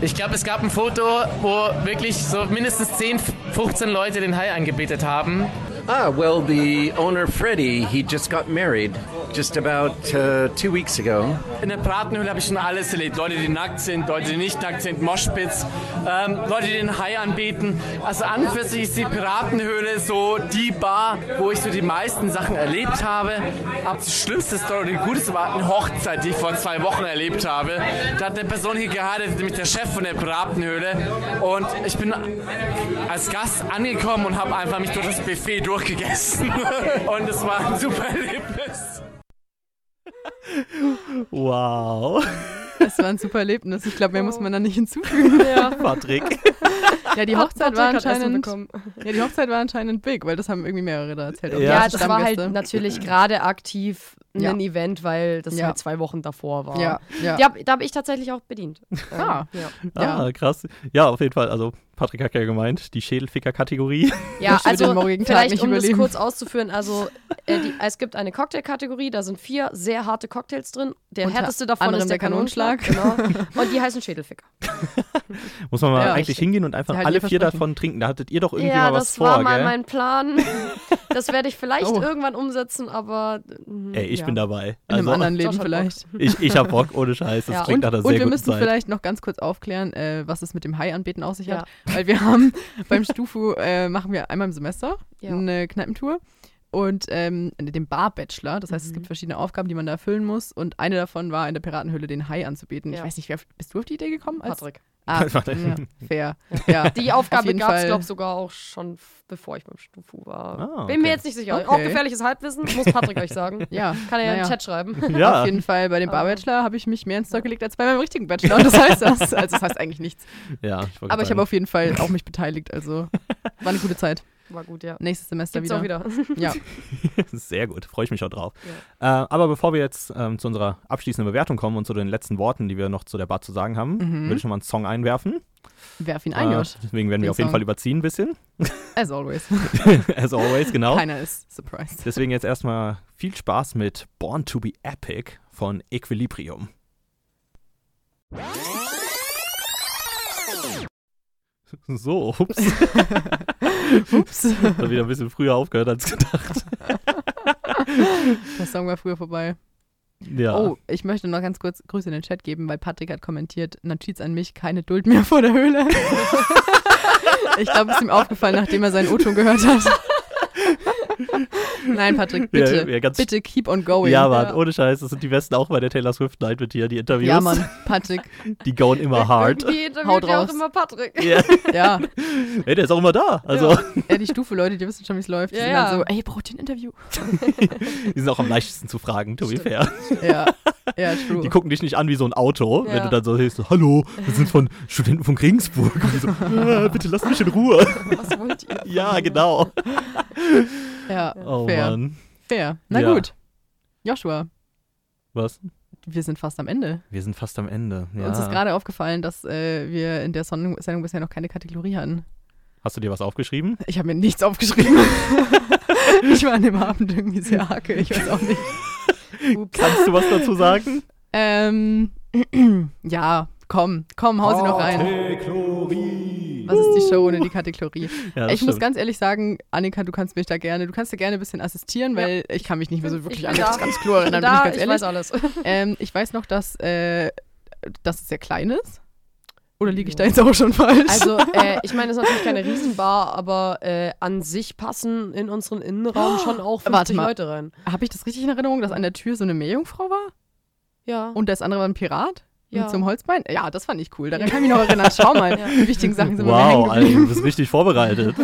Speaker 9: ich glaube, es gab ein Foto, wo wirklich so mindestens 10, 15 Leute den Hai angebetet haben.
Speaker 10: Ah, well, the owner Freddie, he just got married just about uh, two weeks ago.
Speaker 9: In der Bratenhöhle habe ich schon alles erlebt. Leute, die nackt sind, Leute, die nicht nackt sind, Moschpitz, ähm, Leute, die den Hai anbeten. Also an und für sich ist die Piratenhöhle so die Bar, wo ich so die meisten Sachen erlebt habe. Aber die schlimmste Story, die gutes war eine Hochzeit, die ich vor zwei Wochen erlebt habe. Da hat eine Person hier geheiratet, nämlich der Chef von der Piratenhöhle. Und ich bin als Gast angekommen und habe einfach mich durch das Buffet durchgegessen. Und es war ein super Erlebnis.
Speaker 3: Wow.
Speaker 4: Das war ein super Erlebnis. Ich glaube, mehr muss man da nicht hinzufügen.
Speaker 5: Ja.
Speaker 3: Patrick.
Speaker 4: Ja, die Hochzeit
Speaker 5: Patrick
Speaker 4: war
Speaker 5: hat Essen
Speaker 4: anscheinend.
Speaker 5: bekommen.
Speaker 4: Ja, die Hochzeit war anscheinend big, weil das haben irgendwie mehrere da erzählt. auch die
Speaker 5: Ja, das war
Speaker 4: Stammgäste.
Speaker 5: halt natürlich gerade aktiv ein
Speaker 4: Ja.
Speaker 5: Event, weil das
Speaker 4: Ja.
Speaker 5: halt zwei Wochen davor war.
Speaker 4: Ja, ja.
Speaker 5: Die hab, da habe ich tatsächlich auch bedient.
Speaker 4: Ah.
Speaker 5: Ähm, ja.
Speaker 4: Ja.
Speaker 3: Ah, krass. Ja, auf jeden Fall. Also, Patrick hat ja gemeint, die Schädelficker-Kategorie.
Speaker 5: Ja,
Speaker 4: Möchtest du
Speaker 5: also
Speaker 4: den morgigen Tag
Speaker 5: vielleicht,
Speaker 4: nicht
Speaker 5: um
Speaker 4: überleben?
Speaker 5: das kurz auszuführen, also äh, die, es gibt eine Cocktailkategorie, da sind vier sehr harte Cocktails drin. Der
Speaker 4: Unter
Speaker 5: härteste davon
Speaker 4: anderem
Speaker 5: ist der
Speaker 4: der Kanonenschlag.
Speaker 5: Kanonschlag. Genau. Und die heißen Schädelficker.
Speaker 3: Muss man mal
Speaker 4: Ja,
Speaker 3: eigentlich
Speaker 4: richtig.
Speaker 3: hingehen und einfach
Speaker 4: Ja, halt
Speaker 3: alle
Speaker 4: ihr
Speaker 3: vier
Speaker 4: Versprechen.
Speaker 3: davon trinken. Da hattet ihr doch irgendwie
Speaker 5: ja,
Speaker 3: mal was
Speaker 5: das
Speaker 3: vor,
Speaker 5: war mal
Speaker 3: gell?
Speaker 5: mein Plan. Das werde ich vielleicht
Speaker 4: Oh.
Speaker 5: irgendwanin umsessen, aber mm,
Speaker 3: Ey, ich
Speaker 5: ja.
Speaker 3: bin dabei.
Speaker 4: In einem
Speaker 3: Also,
Speaker 4: anderen
Speaker 5: Josh
Speaker 4: Leben
Speaker 5: hat
Speaker 4: vielleicht.
Speaker 3: ich, ich hab Bock, ohne Scheiß. Das
Speaker 4: Ja,
Speaker 3: klingt
Speaker 4: und,
Speaker 3: nach einer
Speaker 4: und
Speaker 3: sehr
Speaker 4: wir
Speaker 3: guten
Speaker 4: müssen
Speaker 3: Zeit.
Speaker 4: vielleicht noch ganz kurz aufklären, äh, was es mit dem Hai anbeten auf sich hat. Weil wir haben beim Stufu, äh, machen wir einmal im Semester
Speaker 5: Ja.
Speaker 4: eine Kneipentour und ähm, den Bar-Bachelor. Das
Speaker 5: Mhm.
Speaker 4: heißt, es gibt verschiedene Aufgaben, die man da erfüllen muss. Und eine davon war, in der Piratenhöhle den Hai anzubeten. Ich
Speaker 5: Ja.
Speaker 4: weiß nicht, wer, bist du auf die Idee gekommen? Als,
Speaker 5: Patrick.
Speaker 4: Ah,
Speaker 3: Warte.
Speaker 4: ja, fair. Ja.
Speaker 5: Die
Speaker 4: Auf
Speaker 5: Aufgabe
Speaker 4: jeden
Speaker 5: gab es,
Speaker 4: Fall.
Speaker 5: glaube ich, sogar auch schon f- bevor ich beim Stufu war.
Speaker 3: Ah,
Speaker 5: Bin mir
Speaker 3: okay.
Speaker 5: jetzt nicht sicher.
Speaker 4: Okay.
Speaker 5: Auch gefährliches Halbwissen, muss Patrick euch sagen.
Speaker 4: Ja,
Speaker 5: Kann er ja
Speaker 4: naja.
Speaker 5: im Chat schreiben.
Speaker 3: ja,
Speaker 4: Auf jeden Fall, bei dem
Speaker 5: Ah.
Speaker 4: Bar-Bachelor habe ich mich mehr ins Zeug gelegt als bei meinem richtigen Bachelor. Das heißt das. Also, das heißt eigentlich nichts.
Speaker 3: ja, ich wollte
Speaker 4: Aber ich
Speaker 3: sagen.
Speaker 4: habe auf jeden Fall auch mich beteiligt. Also, war eine gute Zeit.
Speaker 5: War gut, ja.
Speaker 4: Nächstes Semester
Speaker 5: Gibt's
Speaker 4: wieder.
Speaker 5: auch wieder.
Speaker 4: Ja.
Speaker 3: Sehr gut, freue ich mich schon drauf. Äh, aber bevor wir jetzt ähm, zu unserer abschließenden Bewertung kommen und zu den letzten Worten, die wir noch zu der Bar zu sagen haben, würde ich noch mal einen Song einwerfen.
Speaker 4: Werf ihn Mhm. ein,
Speaker 3: Äh,
Speaker 4: Josh.
Speaker 3: deswegen werden
Speaker 4: Den
Speaker 3: wir auf jeden
Speaker 4: Song.
Speaker 3: Fall überziehen ein bisschen.
Speaker 4: As always.
Speaker 3: As always, genau.
Speaker 4: Keiner ist surprised.
Speaker 3: Deswegen Oh. jetzt erstmal viel Spaß mit Born to be Epic von Equilibrium. So, ups.
Speaker 4: Ups.
Speaker 3: Hat wieder ein bisschen früher aufgehört als gedacht.
Speaker 4: Der Song war früher vorbei.
Speaker 3: Ja.
Speaker 4: Oh, ich möchte noch ganz kurz Grüße in den Chat geben, weil Patrick hat kommentiert, Notiz an mich, keine Duld mehr vor der Höhle. ich glaube, es ist ihm aufgefallen, nachdem er seinen O-Ton gehört hat. Nein, Patrick, bitte.
Speaker 3: Ja, ja, ganz-
Speaker 4: bitte keep on going.
Speaker 3: ja, Mann, ohne Scheiß, das sind die besten auch bei der Taylor Swift Night mit hier, die Interviews.
Speaker 4: Ja, Mann, Patrick.
Speaker 3: Die gehen immer hard.
Speaker 5: Irgendwie interviewt
Speaker 4: Haut
Speaker 5: ja auch
Speaker 4: raus.
Speaker 5: immer Patrick.
Speaker 3: Ja.
Speaker 4: Ja,
Speaker 3: Ey, der ist auch immer da. Also,
Speaker 4: ja die Stufe, Leute, die wissen schon, wie es läuft. Die
Speaker 5: Ja,
Speaker 4: sind
Speaker 5: ja.
Speaker 4: dann so, ey, braucht ihr ein Interview?
Speaker 3: die sind auch am leichtesten zu fragen, to be fair.
Speaker 4: Ja, ja, true.
Speaker 3: Die gucken dich nicht an wie so ein Auto, wenn
Speaker 5: Ja.
Speaker 3: du dann so siehst, hallo, wir sind von Studenten von Regensburg. Und die so, "Ah, bitte lass mich in Ruhe.
Speaker 5: Was wollt ihr?
Speaker 3: ja, genau.
Speaker 4: Ja,
Speaker 3: Oh
Speaker 4: fair.
Speaker 3: Mann.
Speaker 4: Fair. Na
Speaker 3: Ja.
Speaker 4: gut. Joshua,
Speaker 3: Was?
Speaker 4: wir sind fast am Ende.
Speaker 3: Wir sind fast am Ende. Ja.
Speaker 4: Uns ist gerade aufgefallen, dass äh, wir in der Son Sendung bisher noch keine Kategorie hatten.
Speaker 3: Hast du dir was aufgeschrieben?
Speaker 4: Ich habe mir nichts aufgeschrieben. ich war an dem Abend irgendwie sehr hacke, ich weiß auch nicht.
Speaker 3: Kannst du was dazu sagen?
Speaker 4: Ähm, ja, komm, komm, hau sie noch rein. Was ist die Show ohne die Kategorie?
Speaker 3: Ja, das
Speaker 4: ich muss
Speaker 3: stimmt.
Speaker 4: ganz ehrlich sagen, Annika, du kannst mich da gerne, du kannst da gerne ein bisschen assistieren, weil ich kann mich nicht mehr so wirklich
Speaker 5: bin
Speaker 4: an
Speaker 5: da.
Speaker 4: das ganz klar erinnern, bin ich
Speaker 5: Da,
Speaker 4: ganz
Speaker 5: ich,
Speaker 4: ehrlich.
Speaker 5: weiß alles.
Speaker 4: Ähm, ich weiß noch, dass, äh, dass es sehr klein ist. Oder liege ich da jetzt auch schon falsch?
Speaker 5: Also, äh, ich meine, es ist natürlich keine Riesenbar, aber äh, an sich passen in unseren Innenraum schon auch 50
Speaker 4: Oh, Warte mal.
Speaker 5: Leute rein.
Speaker 4: Habe ich das richtig in Erinnerung, dass an der Tür so eine Meerjungfrau war
Speaker 5: Ja.
Speaker 4: und das andere war ein Pirat?
Speaker 5: Ja.
Speaker 4: Mit so einem Holzbein? Ja, das fand ich cool. Daran
Speaker 5: Ja.
Speaker 4: kann ich mich noch erinnern. Schau mal,
Speaker 5: Ja.
Speaker 4: die wichtigen Sachen sind mir
Speaker 3: Wow, also.
Speaker 4: hängen
Speaker 3: Alter, du
Speaker 4: geblieben.
Speaker 3: bist richtig vorbereitet.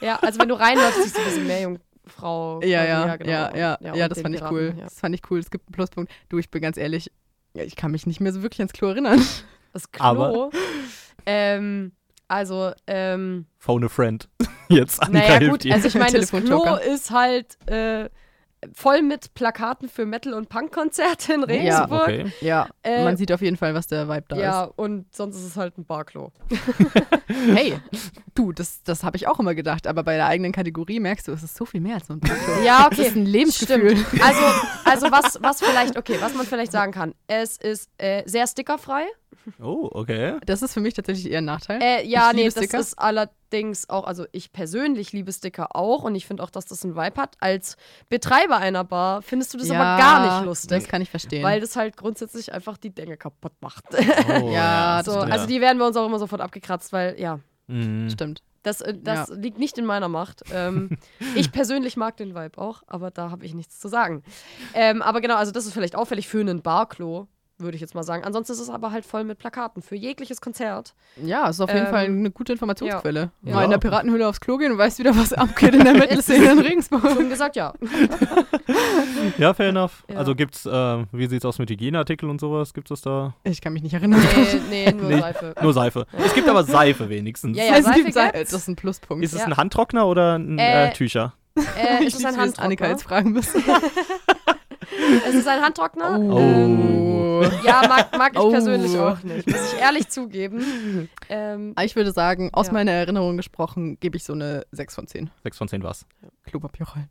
Speaker 5: ja, also wenn du reinläufst, siehst du ein bisschen mehr Jung Frau.
Speaker 4: Ja,
Speaker 5: quasi,
Speaker 4: ja,
Speaker 5: genau.
Speaker 4: ja,
Speaker 5: Und-
Speaker 4: ja, ja,
Speaker 5: und
Speaker 4: das
Speaker 5: den
Speaker 4: fand ich
Speaker 5: Piraten,
Speaker 4: cool.
Speaker 5: ja.
Speaker 4: Das fand ich cool. Es gibt einen Pluspunkt. Du, ich bin ganz ehrlich, ja, ich kann mich nicht mehr so wirklich ans Klo erinnern.
Speaker 5: Das Klo.
Speaker 3: Aber-
Speaker 5: Ähm, also, ähm,
Speaker 3: Phone a friend. Jetzt, Anka
Speaker 5: naja
Speaker 3: hilft
Speaker 5: gut,
Speaker 3: ihr.
Speaker 5: also ich meine, das Klo
Speaker 4: Telefonjoker.
Speaker 5: ist halt äh, voll mit Plakaten für Metal- und Punk-Konzerte in Regensburg. Ja,
Speaker 3: Okay.
Speaker 4: Ja,
Speaker 5: Äh,
Speaker 4: man sieht auf jeden Fall, was der Vibe da
Speaker 5: ja
Speaker 4: ist.
Speaker 5: und sonst ist es halt ein Barklo.
Speaker 4: Hey, du, das, das habe ich auch immer gedacht, aber bei der eigenen Kategorie merkst du, es ist so viel mehr als so ein Pluspunkt.
Speaker 5: Ja, okay.
Speaker 4: Das ist ein Lebensgefühl.
Speaker 5: Stimmt. Also, also was, was vielleicht, okay, was man vielleicht sagen kann, es ist äh, sehr stickerfrei.
Speaker 3: Oh, okay.
Speaker 4: Das ist für mich tatsächlich eher ein Nachteil.
Speaker 5: Äh, ja,
Speaker 4: Ich liebe
Speaker 5: nee, das
Speaker 4: Sticker.
Speaker 5: ist allerdings auch, also ich persönlich liebe Sticker auch und ich finde auch, dass das einen Vibe hat. Als Betreiber einer Bar findest du das
Speaker 4: ja,
Speaker 5: aber gar nicht lustig.
Speaker 4: Das kann ich verstehen.
Speaker 5: Weil das halt grundsätzlich einfach die Dinge kaputt macht.
Speaker 3: Oh,
Speaker 4: Ja,
Speaker 5: so,
Speaker 4: das stimmt.
Speaker 5: also die werden wir uns auch immer sofort abgekratzt, weil ja,
Speaker 3: Mhm.
Speaker 4: stimmt.
Speaker 5: das, äh, das
Speaker 4: Ja.
Speaker 5: liegt nicht in meiner Macht. Ähm, ich persönlich mag den Vibe auch, aber da habe ich nichts zu sagen. Ähm, aber genau, also das ist vielleicht auffällig für einen Barklo, würde ich jetzt mal sagen. Ansonsten ist es aber halt voll mit Plakaten für jegliches Konzert.
Speaker 4: Ja, ist auf jeden
Speaker 5: Ähm,
Speaker 4: Fall eine gute Informationsquelle.
Speaker 5: ja.
Speaker 4: Mal in der
Speaker 3: Ja.
Speaker 4: Piratenhöhle aufs Klo gehen und weißt wieder, was abgeht in der Metal-Szene in Regensburg.
Speaker 5: Dumm gesagt, ja.
Speaker 3: Ja, fair enough.
Speaker 5: Ja.
Speaker 3: Also gibt's, äh, wie sieht's aus mit Hygieneartikeln und sowas? Gibt's das da?
Speaker 4: Ich kann mich nicht erinnern.
Speaker 5: Nee, nee, nur
Speaker 3: Nee.
Speaker 5: Seife.
Speaker 3: Nur Seife. Es gibt aber Seife wenigstens.
Speaker 5: Ja, ja,
Speaker 4: Es
Speaker 5: Seife
Speaker 4: gibt Sa-
Speaker 5: gibt's.
Speaker 4: das ist ein Pluspunkt.
Speaker 3: Ist es
Speaker 5: Ja.
Speaker 3: ein Handtrockner oder ein äh,
Speaker 5: Äh,
Speaker 3: Tücher?
Speaker 5: Äh, es
Speaker 4: ich
Speaker 5: ist ein
Speaker 4: lieb's, wie es Annika
Speaker 5: Handtrockner.
Speaker 4: jetzt fragen müssen.
Speaker 5: Es ist ein Handtrockner. Ähm,
Speaker 3: Oh.
Speaker 5: Ja, mag, mag ich
Speaker 4: Oh.
Speaker 5: persönlich auch nicht, muss ich ehrlich zugeben. Ähm,
Speaker 4: Ah, Ich würde sagen, aus
Speaker 5: Ja.
Speaker 4: meiner Erinnerung gesprochen, gebe ich so eine 6 von 10.
Speaker 3: 6 von 10 war's.
Speaker 4: Klopapierrollen.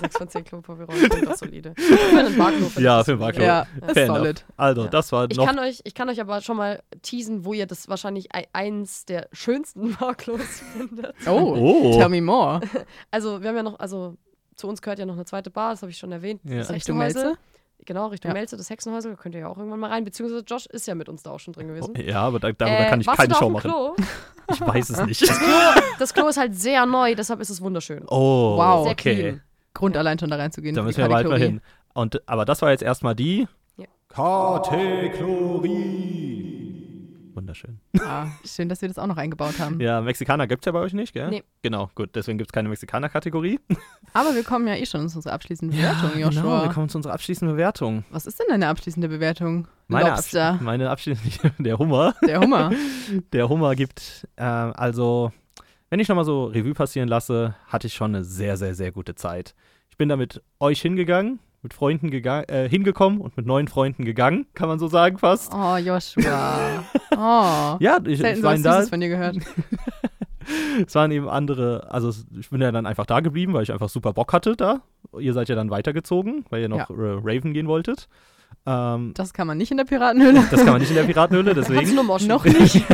Speaker 5: 6 von 10 Klopapierrollen sind doch solide. Für einen Barklo finde ich
Speaker 3: Ja,
Speaker 5: das
Speaker 3: für einen
Speaker 5: solide.
Speaker 3: Barklo.
Speaker 4: Ja,
Speaker 5: Ja.
Speaker 4: ist
Speaker 3: Fair enough.
Speaker 4: solid.
Speaker 3: Also,
Speaker 5: Ja.
Speaker 3: das war
Speaker 5: Ich
Speaker 3: noch.
Speaker 5: kann, euch, ich kann euch aber schon mal teasen, wo ihr das wahrscheinlich ei- eins der schönsten Barklos findet.
Speaker 4: Oh,
Speaker 3: oh.
Speaker 4: tell me more.
Speaker 5: Also, wir haben ja noch, also zu uns gehört ja noch eine zweite Bar, das habe ich schon erwähnt.
Speaker 3: Ja.
Speaker 5: Das
Speaker 4: Richtung
Speaker 5: Hexenhäusel.
Speaker 4: Melze?
Speaker 5: Genau, Richtung
Speaker 4: Ja.
Speaker 5: Melze, das Hexenhäusel, da könnt ihr ja auch irgendwann mal rein. Beziehungsweise Josh ist ja mit uns da auch schon drin gewesen.
Speaker 3: Ja, aber da, Oh, darüber
Speaker 5: Äh,
Speaker 3: kann ich
Speaker 5: warst du
Speaker 3: keine
Speaker 5: da auf
Speaker 3: Schau
Speaker 5: dem
Speaker 3: machen.
Speaker 5: Klo?
Speaker 3: Ich weiß es nicht.
Speaker 5: Das Klo ist halt sehr neu, deshalb ist es wunderschön.
Speaker 3: Oh,
Speaker 4: Wow. Sehr
Speaker 3: okay.
Speaker 5: clean.
Speaker 4: Grund allein schon da reinzugehen.
Speaker 3: Da
Speaker 4: für die
Speaker 3: müssen wir bald mal
Speaker 4: Kategorie.
Speaker 3: hin. Und, aber das war jetzt erstmal die
Speaker 5: Ja.
Speaker 3: Kategorie. Wunderschön.
Speaker 4: Ah, schön, dass wir das auch noch eingebaut haben.
Speaker 3: Ja, Mexikaner gibt's ja bei euch nicht, gell?
Speaker 5: Nee.
Speaker 3: Genau, gut. Deswegen gibt's keine Mexikaner-Kategorie.
Speaker 4: Aber wir kommen ja eh schon zu unserer abschließenden Bewertung,
Speaker 3: Genau,
Speaker 4: Joshua.
Speaker 3: wir kommen zu unserer abschließenden Bewertung.
Speaker 4: Was ist denn deine abschließende Bewertung?
Speaker 3: Meine,
Speaker 4: Lobster,
Speaker 3: Absch meine abschließende, der Hummer.
Speaker 4: der Hummer.
Speaker 3: der Hummer gibt. Äh, also, wenn ich nochmal so Revue passieren lasse, hatte ich schon eine sehr, sehr, sehr gute Zeit. Ich bin da mit euch hingegangen, mit Freunden gega äh, hingekommen und mit neuen Freunden gegangen, kann man so sagen fast.
Speaker 4: Oh, Joshua. Oh.
Speaker 3: Ja, ich,
Speaker 4: Selten
Speaker 3: ich
Speaker 4: so
Speaker 3: war
Speaker 4: was
Speaker 3: in da.
Speaker 4: Süßes von dir gehört.
Speaker 3: Es waren eben andere, also es- ich bin ja dann einfach da geblieben, weil ich einfach super Bock hatte da. Ihr seid ja dann weitergezogen, weil ihr noch
Speaker 4: Ja.
Speaker 3: äh, Raven gehen wolltet. Ähm,
Speaker 4: Das kann man nicht in der Piratenhöhle.
Speaker 3: das kann man nicht in der Piratenhöhle,
Speaker 5: Kannst
Speaker 3: deswegen.
Speaker 5: du nur moschen.
Speaker 4: Noch nicht.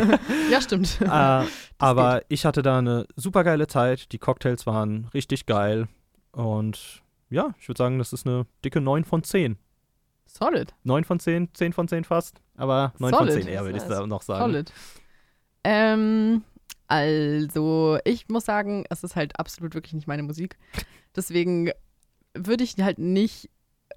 Speaker 4: ja, stimmt.
Speaker 3: äh, aber ich hatte da eine super geile Zeit. Die Cocktails waren richtig geil. Und ja, ich würde sagen, das ist eine dicke 9 von 10.
Speaker 4: Solid.
Speaker 3: 9 von 10, 10 von 10 fast. Aber 9 von
Speaker 4: Solid.
Speaker 3: 10 eher, würde ich
Speaker 5: Nice.
Speaker 3: da noch sagen.
Speaker 4: Solid. Ähm, also, ich muss sagen, es ist halt absolut wirklich nicht meine Musik. Deswegen würde ich halt nicht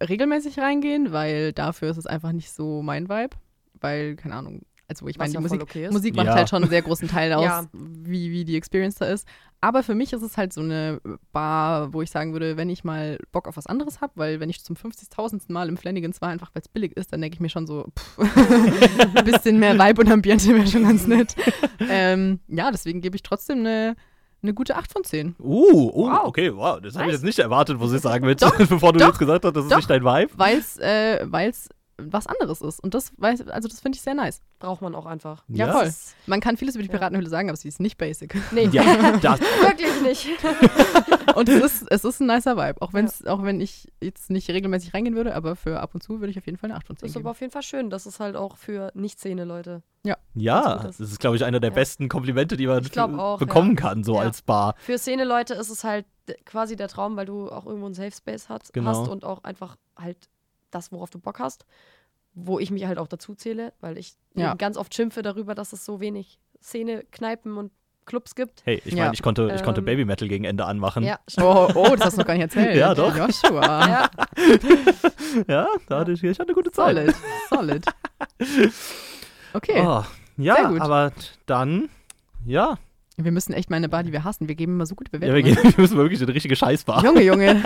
Speaker 4: regelmäßig reingehen, weil dafür ist es einfach nicht so mein Vibe. Weil, keine Ahnung, also ich meine,
Speaker 5: Was
Speaker 4: die
Speaker 5: ja
Speaker 4: Musik
Speaker 5: voll okay ist.
Speaker 4: Musik macht
Speaker 3: Ja.
Speaker 4: halt schon einen sehr großen Teil aus,
Speaker 5: Ja.
Speaker 4: wie, wie die Experience da ist. Aber für mich ist es halt so eine Bar, wo ich sagen würde, wenn ich mal Bock auf was anderes habe, weil wenn ich zum 50.000. Mal im Flanagan's war, einfach weil es billig ist, dann denke ich mir schon so, pff, ein bisschen mehr Vibe und Ambiente wäre schon ganz nett. ähm, ja, deswegen gebe ich trotzdem eine, eine gute 8 von 10.
Speaker 3: Uh, oh,
Speaker 4: Wow.
Speaker 3: okay, wow. Das habe ich
Speaker 4: Nice.
Speaker 3: jetzt nicht erwartet, muss ich sagen, mit, bevor du
Speaker 4: doch,
Speaker 3: jetzt gesagt hast, das ist
Speaker 4: doch.
Speaker 3: nicht dein Vibe.
Speaker 4: Weil es äh, weil's was anderes ist. Und das, weiß, also das finde ich sehr nice.
Speaker 5: Braucht man auch einfach.
Speaker 3: Ja,
Speaker 5: Das
Speaker 3: voll.
Speaker 5: ist-
Speaker 4: Man kann vieles über die
Speaker 5: Ja.
Speaker 4: Piratenhöhle sagen, aber sie ist nicht basic.
Speaker 5: Nee,
Speaker 3: Ja, das,
Speaker 5: wirklich nicht.
Speaker 4: Und es ist, es ist ein nicer Vibe. Auch, wenn's, auch wenn ich jetzt nicht regelmäßig reingehen würde, aber für ab und zu würde ich auf jeden Fall eine 8 von 10
Speaker 5: Das ist aber
Speaker 4: geben.
Speaker 5: auf jeden Fall schön, dass es halt auch für Nicht-Szene-Leute.
Speaker 3: ja,
Speaker 5: Ganz gut,
Speaker 3: das
Speaker 5: das-
Speaker 3: ist, glaube ich, einer der
Speaker 5: ja.
Speaker 3: besten Komplimente, die man
Speaker 5: Ich glaub auch,
Speaker 3: bekommen
Speaker 5: ja.
Speaker 3: kann, so
Speaker 5: Ja.
Speaker 3: als Bar.
Speaker 5: Für Szene-Leute ist es halt d- quasi der Traum, weil du auch irgendwo einen Safe Space hat,
Speaker 3: Genau.
Speaker 5: hast und auch einfach halt das, worauf du Bock hast. Wo ich mich halt auch dazu zähle, weil ich
Speaker 4: Ja.
Speaker 5: eben ganz oft schimpfe darüber, dass es so wenig Szene-Kneipen und Clubs gibt.
Speaker 3: Hey, ich
Speaker 4: Ja.
Speaker 3: meine, ich konnte, ich konnte
Speaker 5: Ähm,
Speaker 3: Baby Metal gegen Ende anmachen.
Speaker 5: Ja, stimmt.
Speaker 4: Oh, oh, das hast du noch gar nicht erzählt.
Speaker 3: Ja, doch.
Speaker 4: Joshua.
Speaker 5: Ja,
Speaker 3: Ja, da hatte ich, ich hatte eine gute Zeit.
Speaker 4: Solid. Solid. Okay.
Speaker 3: Oh, ja,
Speaker 4: Sehr gut.
Speaker 3: aber t- dann, ja,
Speaker 4: Wir müssen echt meine Bar, die wir hassen, wir geben immer so gute
Speaker 3: Ja, wir,
Speaker 4: Bewertungen.
Speaker 3: gehen, wir müssen wirklich eine richtige Scheißbar.
Speaker 4: Junge, Junge.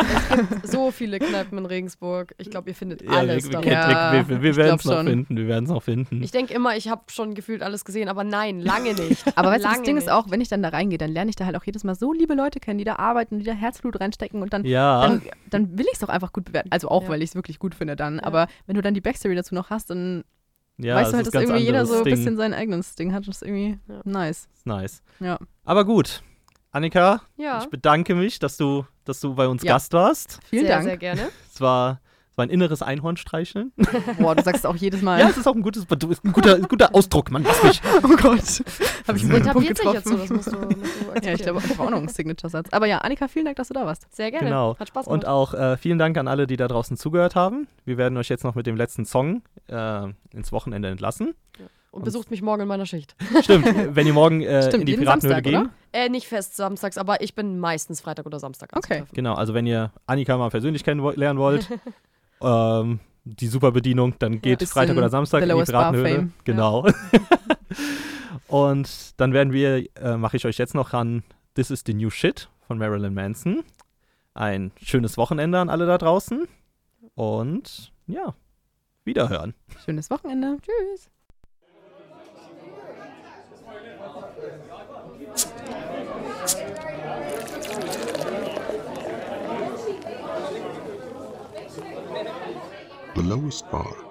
Speaker 5: So viele Kneipen in Regensburg. Ich glaube, ihr findet
Speaker 3: Ja, wir
Speaker 5: alles
Speaker 3: wir,
Speaker 5: da.
Speaker 4: Ja,
Speaker 3: wir, wir, wir
Speaker 4: ich
Speaker 3: werden es
Speaker 4: glaub
Speaker 3: noch
Speaker 4: schon.
Speaker 3: finden. Wir werden es noch finden.
Speaker 5: Ich denke immer, ich habe schon gefühlt alles gesehen, aber nein, lange nicht.
Speaker 4: Aber weißt du, das
Speaker 5: Lange
Speaker 4: Ding ist
Speaker 5: nicht.
Speaker 4: auch, wenn ich dann da reingehe, dann lerne ich da halt auch jedes Mal so liebe Leute kennen, die da arbeiten, die da Herzblut reinstecken und dann,
Speaker 3: Ja.
Speaker 4: dann, dann will ich es doch einfach gut bewerten. Also auch, weil ich es wirklich gut finde dann. Aber wenn du dann die Backstory dazu noch hast, dann
Speaker 3: ja,
Speaker 4: weißt
Speaker 3: es
Speaker 4: du halt,
Speaker 3: ist
Speaker 4: dass
Speaker 3: ganz
Speaker 4: irgendwie jeder
Speaker 3: anderes
Speaker 4: so ein
Speaker 3: Ding.
Speaker 4: bisschen sein eigenes Ding hat. Das ist irgendwie nice.
Speaker 3: Ist nice.
Speaker 4: Ja.
Speaker 3: Aber gut, Annika,
Speaker 5: Ja.
Speaker 3: ich bedanke mich, dass du, dass du bei uns
Speaker 4: Ja.
Speaker 3: Gast warst.
Speaker 4: Vielen
Speaker 5: sehr,
Speaker 4: Dank.
Speaker 5: sehr gerne.
Speaker 3: Es war, es war ein inneres Einhorn streicheln.
Speaker 4: Boah, du sagst es auch jedes Mal.
Speaker 3: Ja, es ist auch ein, gutes, ist ein guter, guter Ausdruck, Mann. Lass mich.
Speaker 4: Oh Gott. Habe
Speaker 3: Hm.
Speaker 4: ich einen guten Punkt
Speaker 5: Etabliert sich jetzt so,
Speaker 4: getroffen.
Speaker 5: das musst du,
Speaker 4: Ja,
Speaker 5: musst du
Speaker 4: ich
Speaker 5: akzeptieren.
Speaker 4: glaube, ich habe auch noch einen Signature-Satz. Aber ja, Annika, vielen Dank, dass du da warst.
Speaker 5: Sehr gerne.
Speaker 3: Genau.
Speaker 5: Hat Spaß
Speaker 3: Und
Speaker 5: gemacht.
Speaker 3: auch äh, vielen Dank an alle, die da draußen zugehört haben. Wir werden euch jetzt noch mit dem letzten Song äh, ins Wochenende entlassen.
Speaker 5: Und, besucht mich morgen in meiner Schicht.
Speaker 3: Stimmt, wenn ihr morgen äh,
Speaker 4: Stimmt,
Speaker 3: in die
Speaker 4: jeden
Speaker 3: Piratenhöhle
Speaker 4: Samstag,
Speaker 3: gehen.
Speaker 4: oder?
Speaker 5: Äh, nicht fest samstags, aber ich bin meistens Freitag oder Samstag.
Speaker 4: Okay.
Speaker 5: anzutreffen.
Speaker 3: Genau, also wenn ihr Annika mal persönlich kennenlernen wollt, ähm, die super Bedienung, dann geht
Speaker 4: Bisschen
Speaker 3: Freitag oder Samstag
Speaker 4: The
Speaker 3: in die
Speaker 4: Lowest Bar
Speaker 3: Piratenhöhle.
Speaker 4: Fame.
Speaker 3: Genau. Und dann werden wir, äh, mache ich euch jetzt noch an This is the New Shit von Marilyn Manson. Ein schönes Wochenende an alle da draußen. Und ja, wiederhören.
Speaker 4: Schönes Wochenende. Tschüss.
Speaker 2: The lowest bar.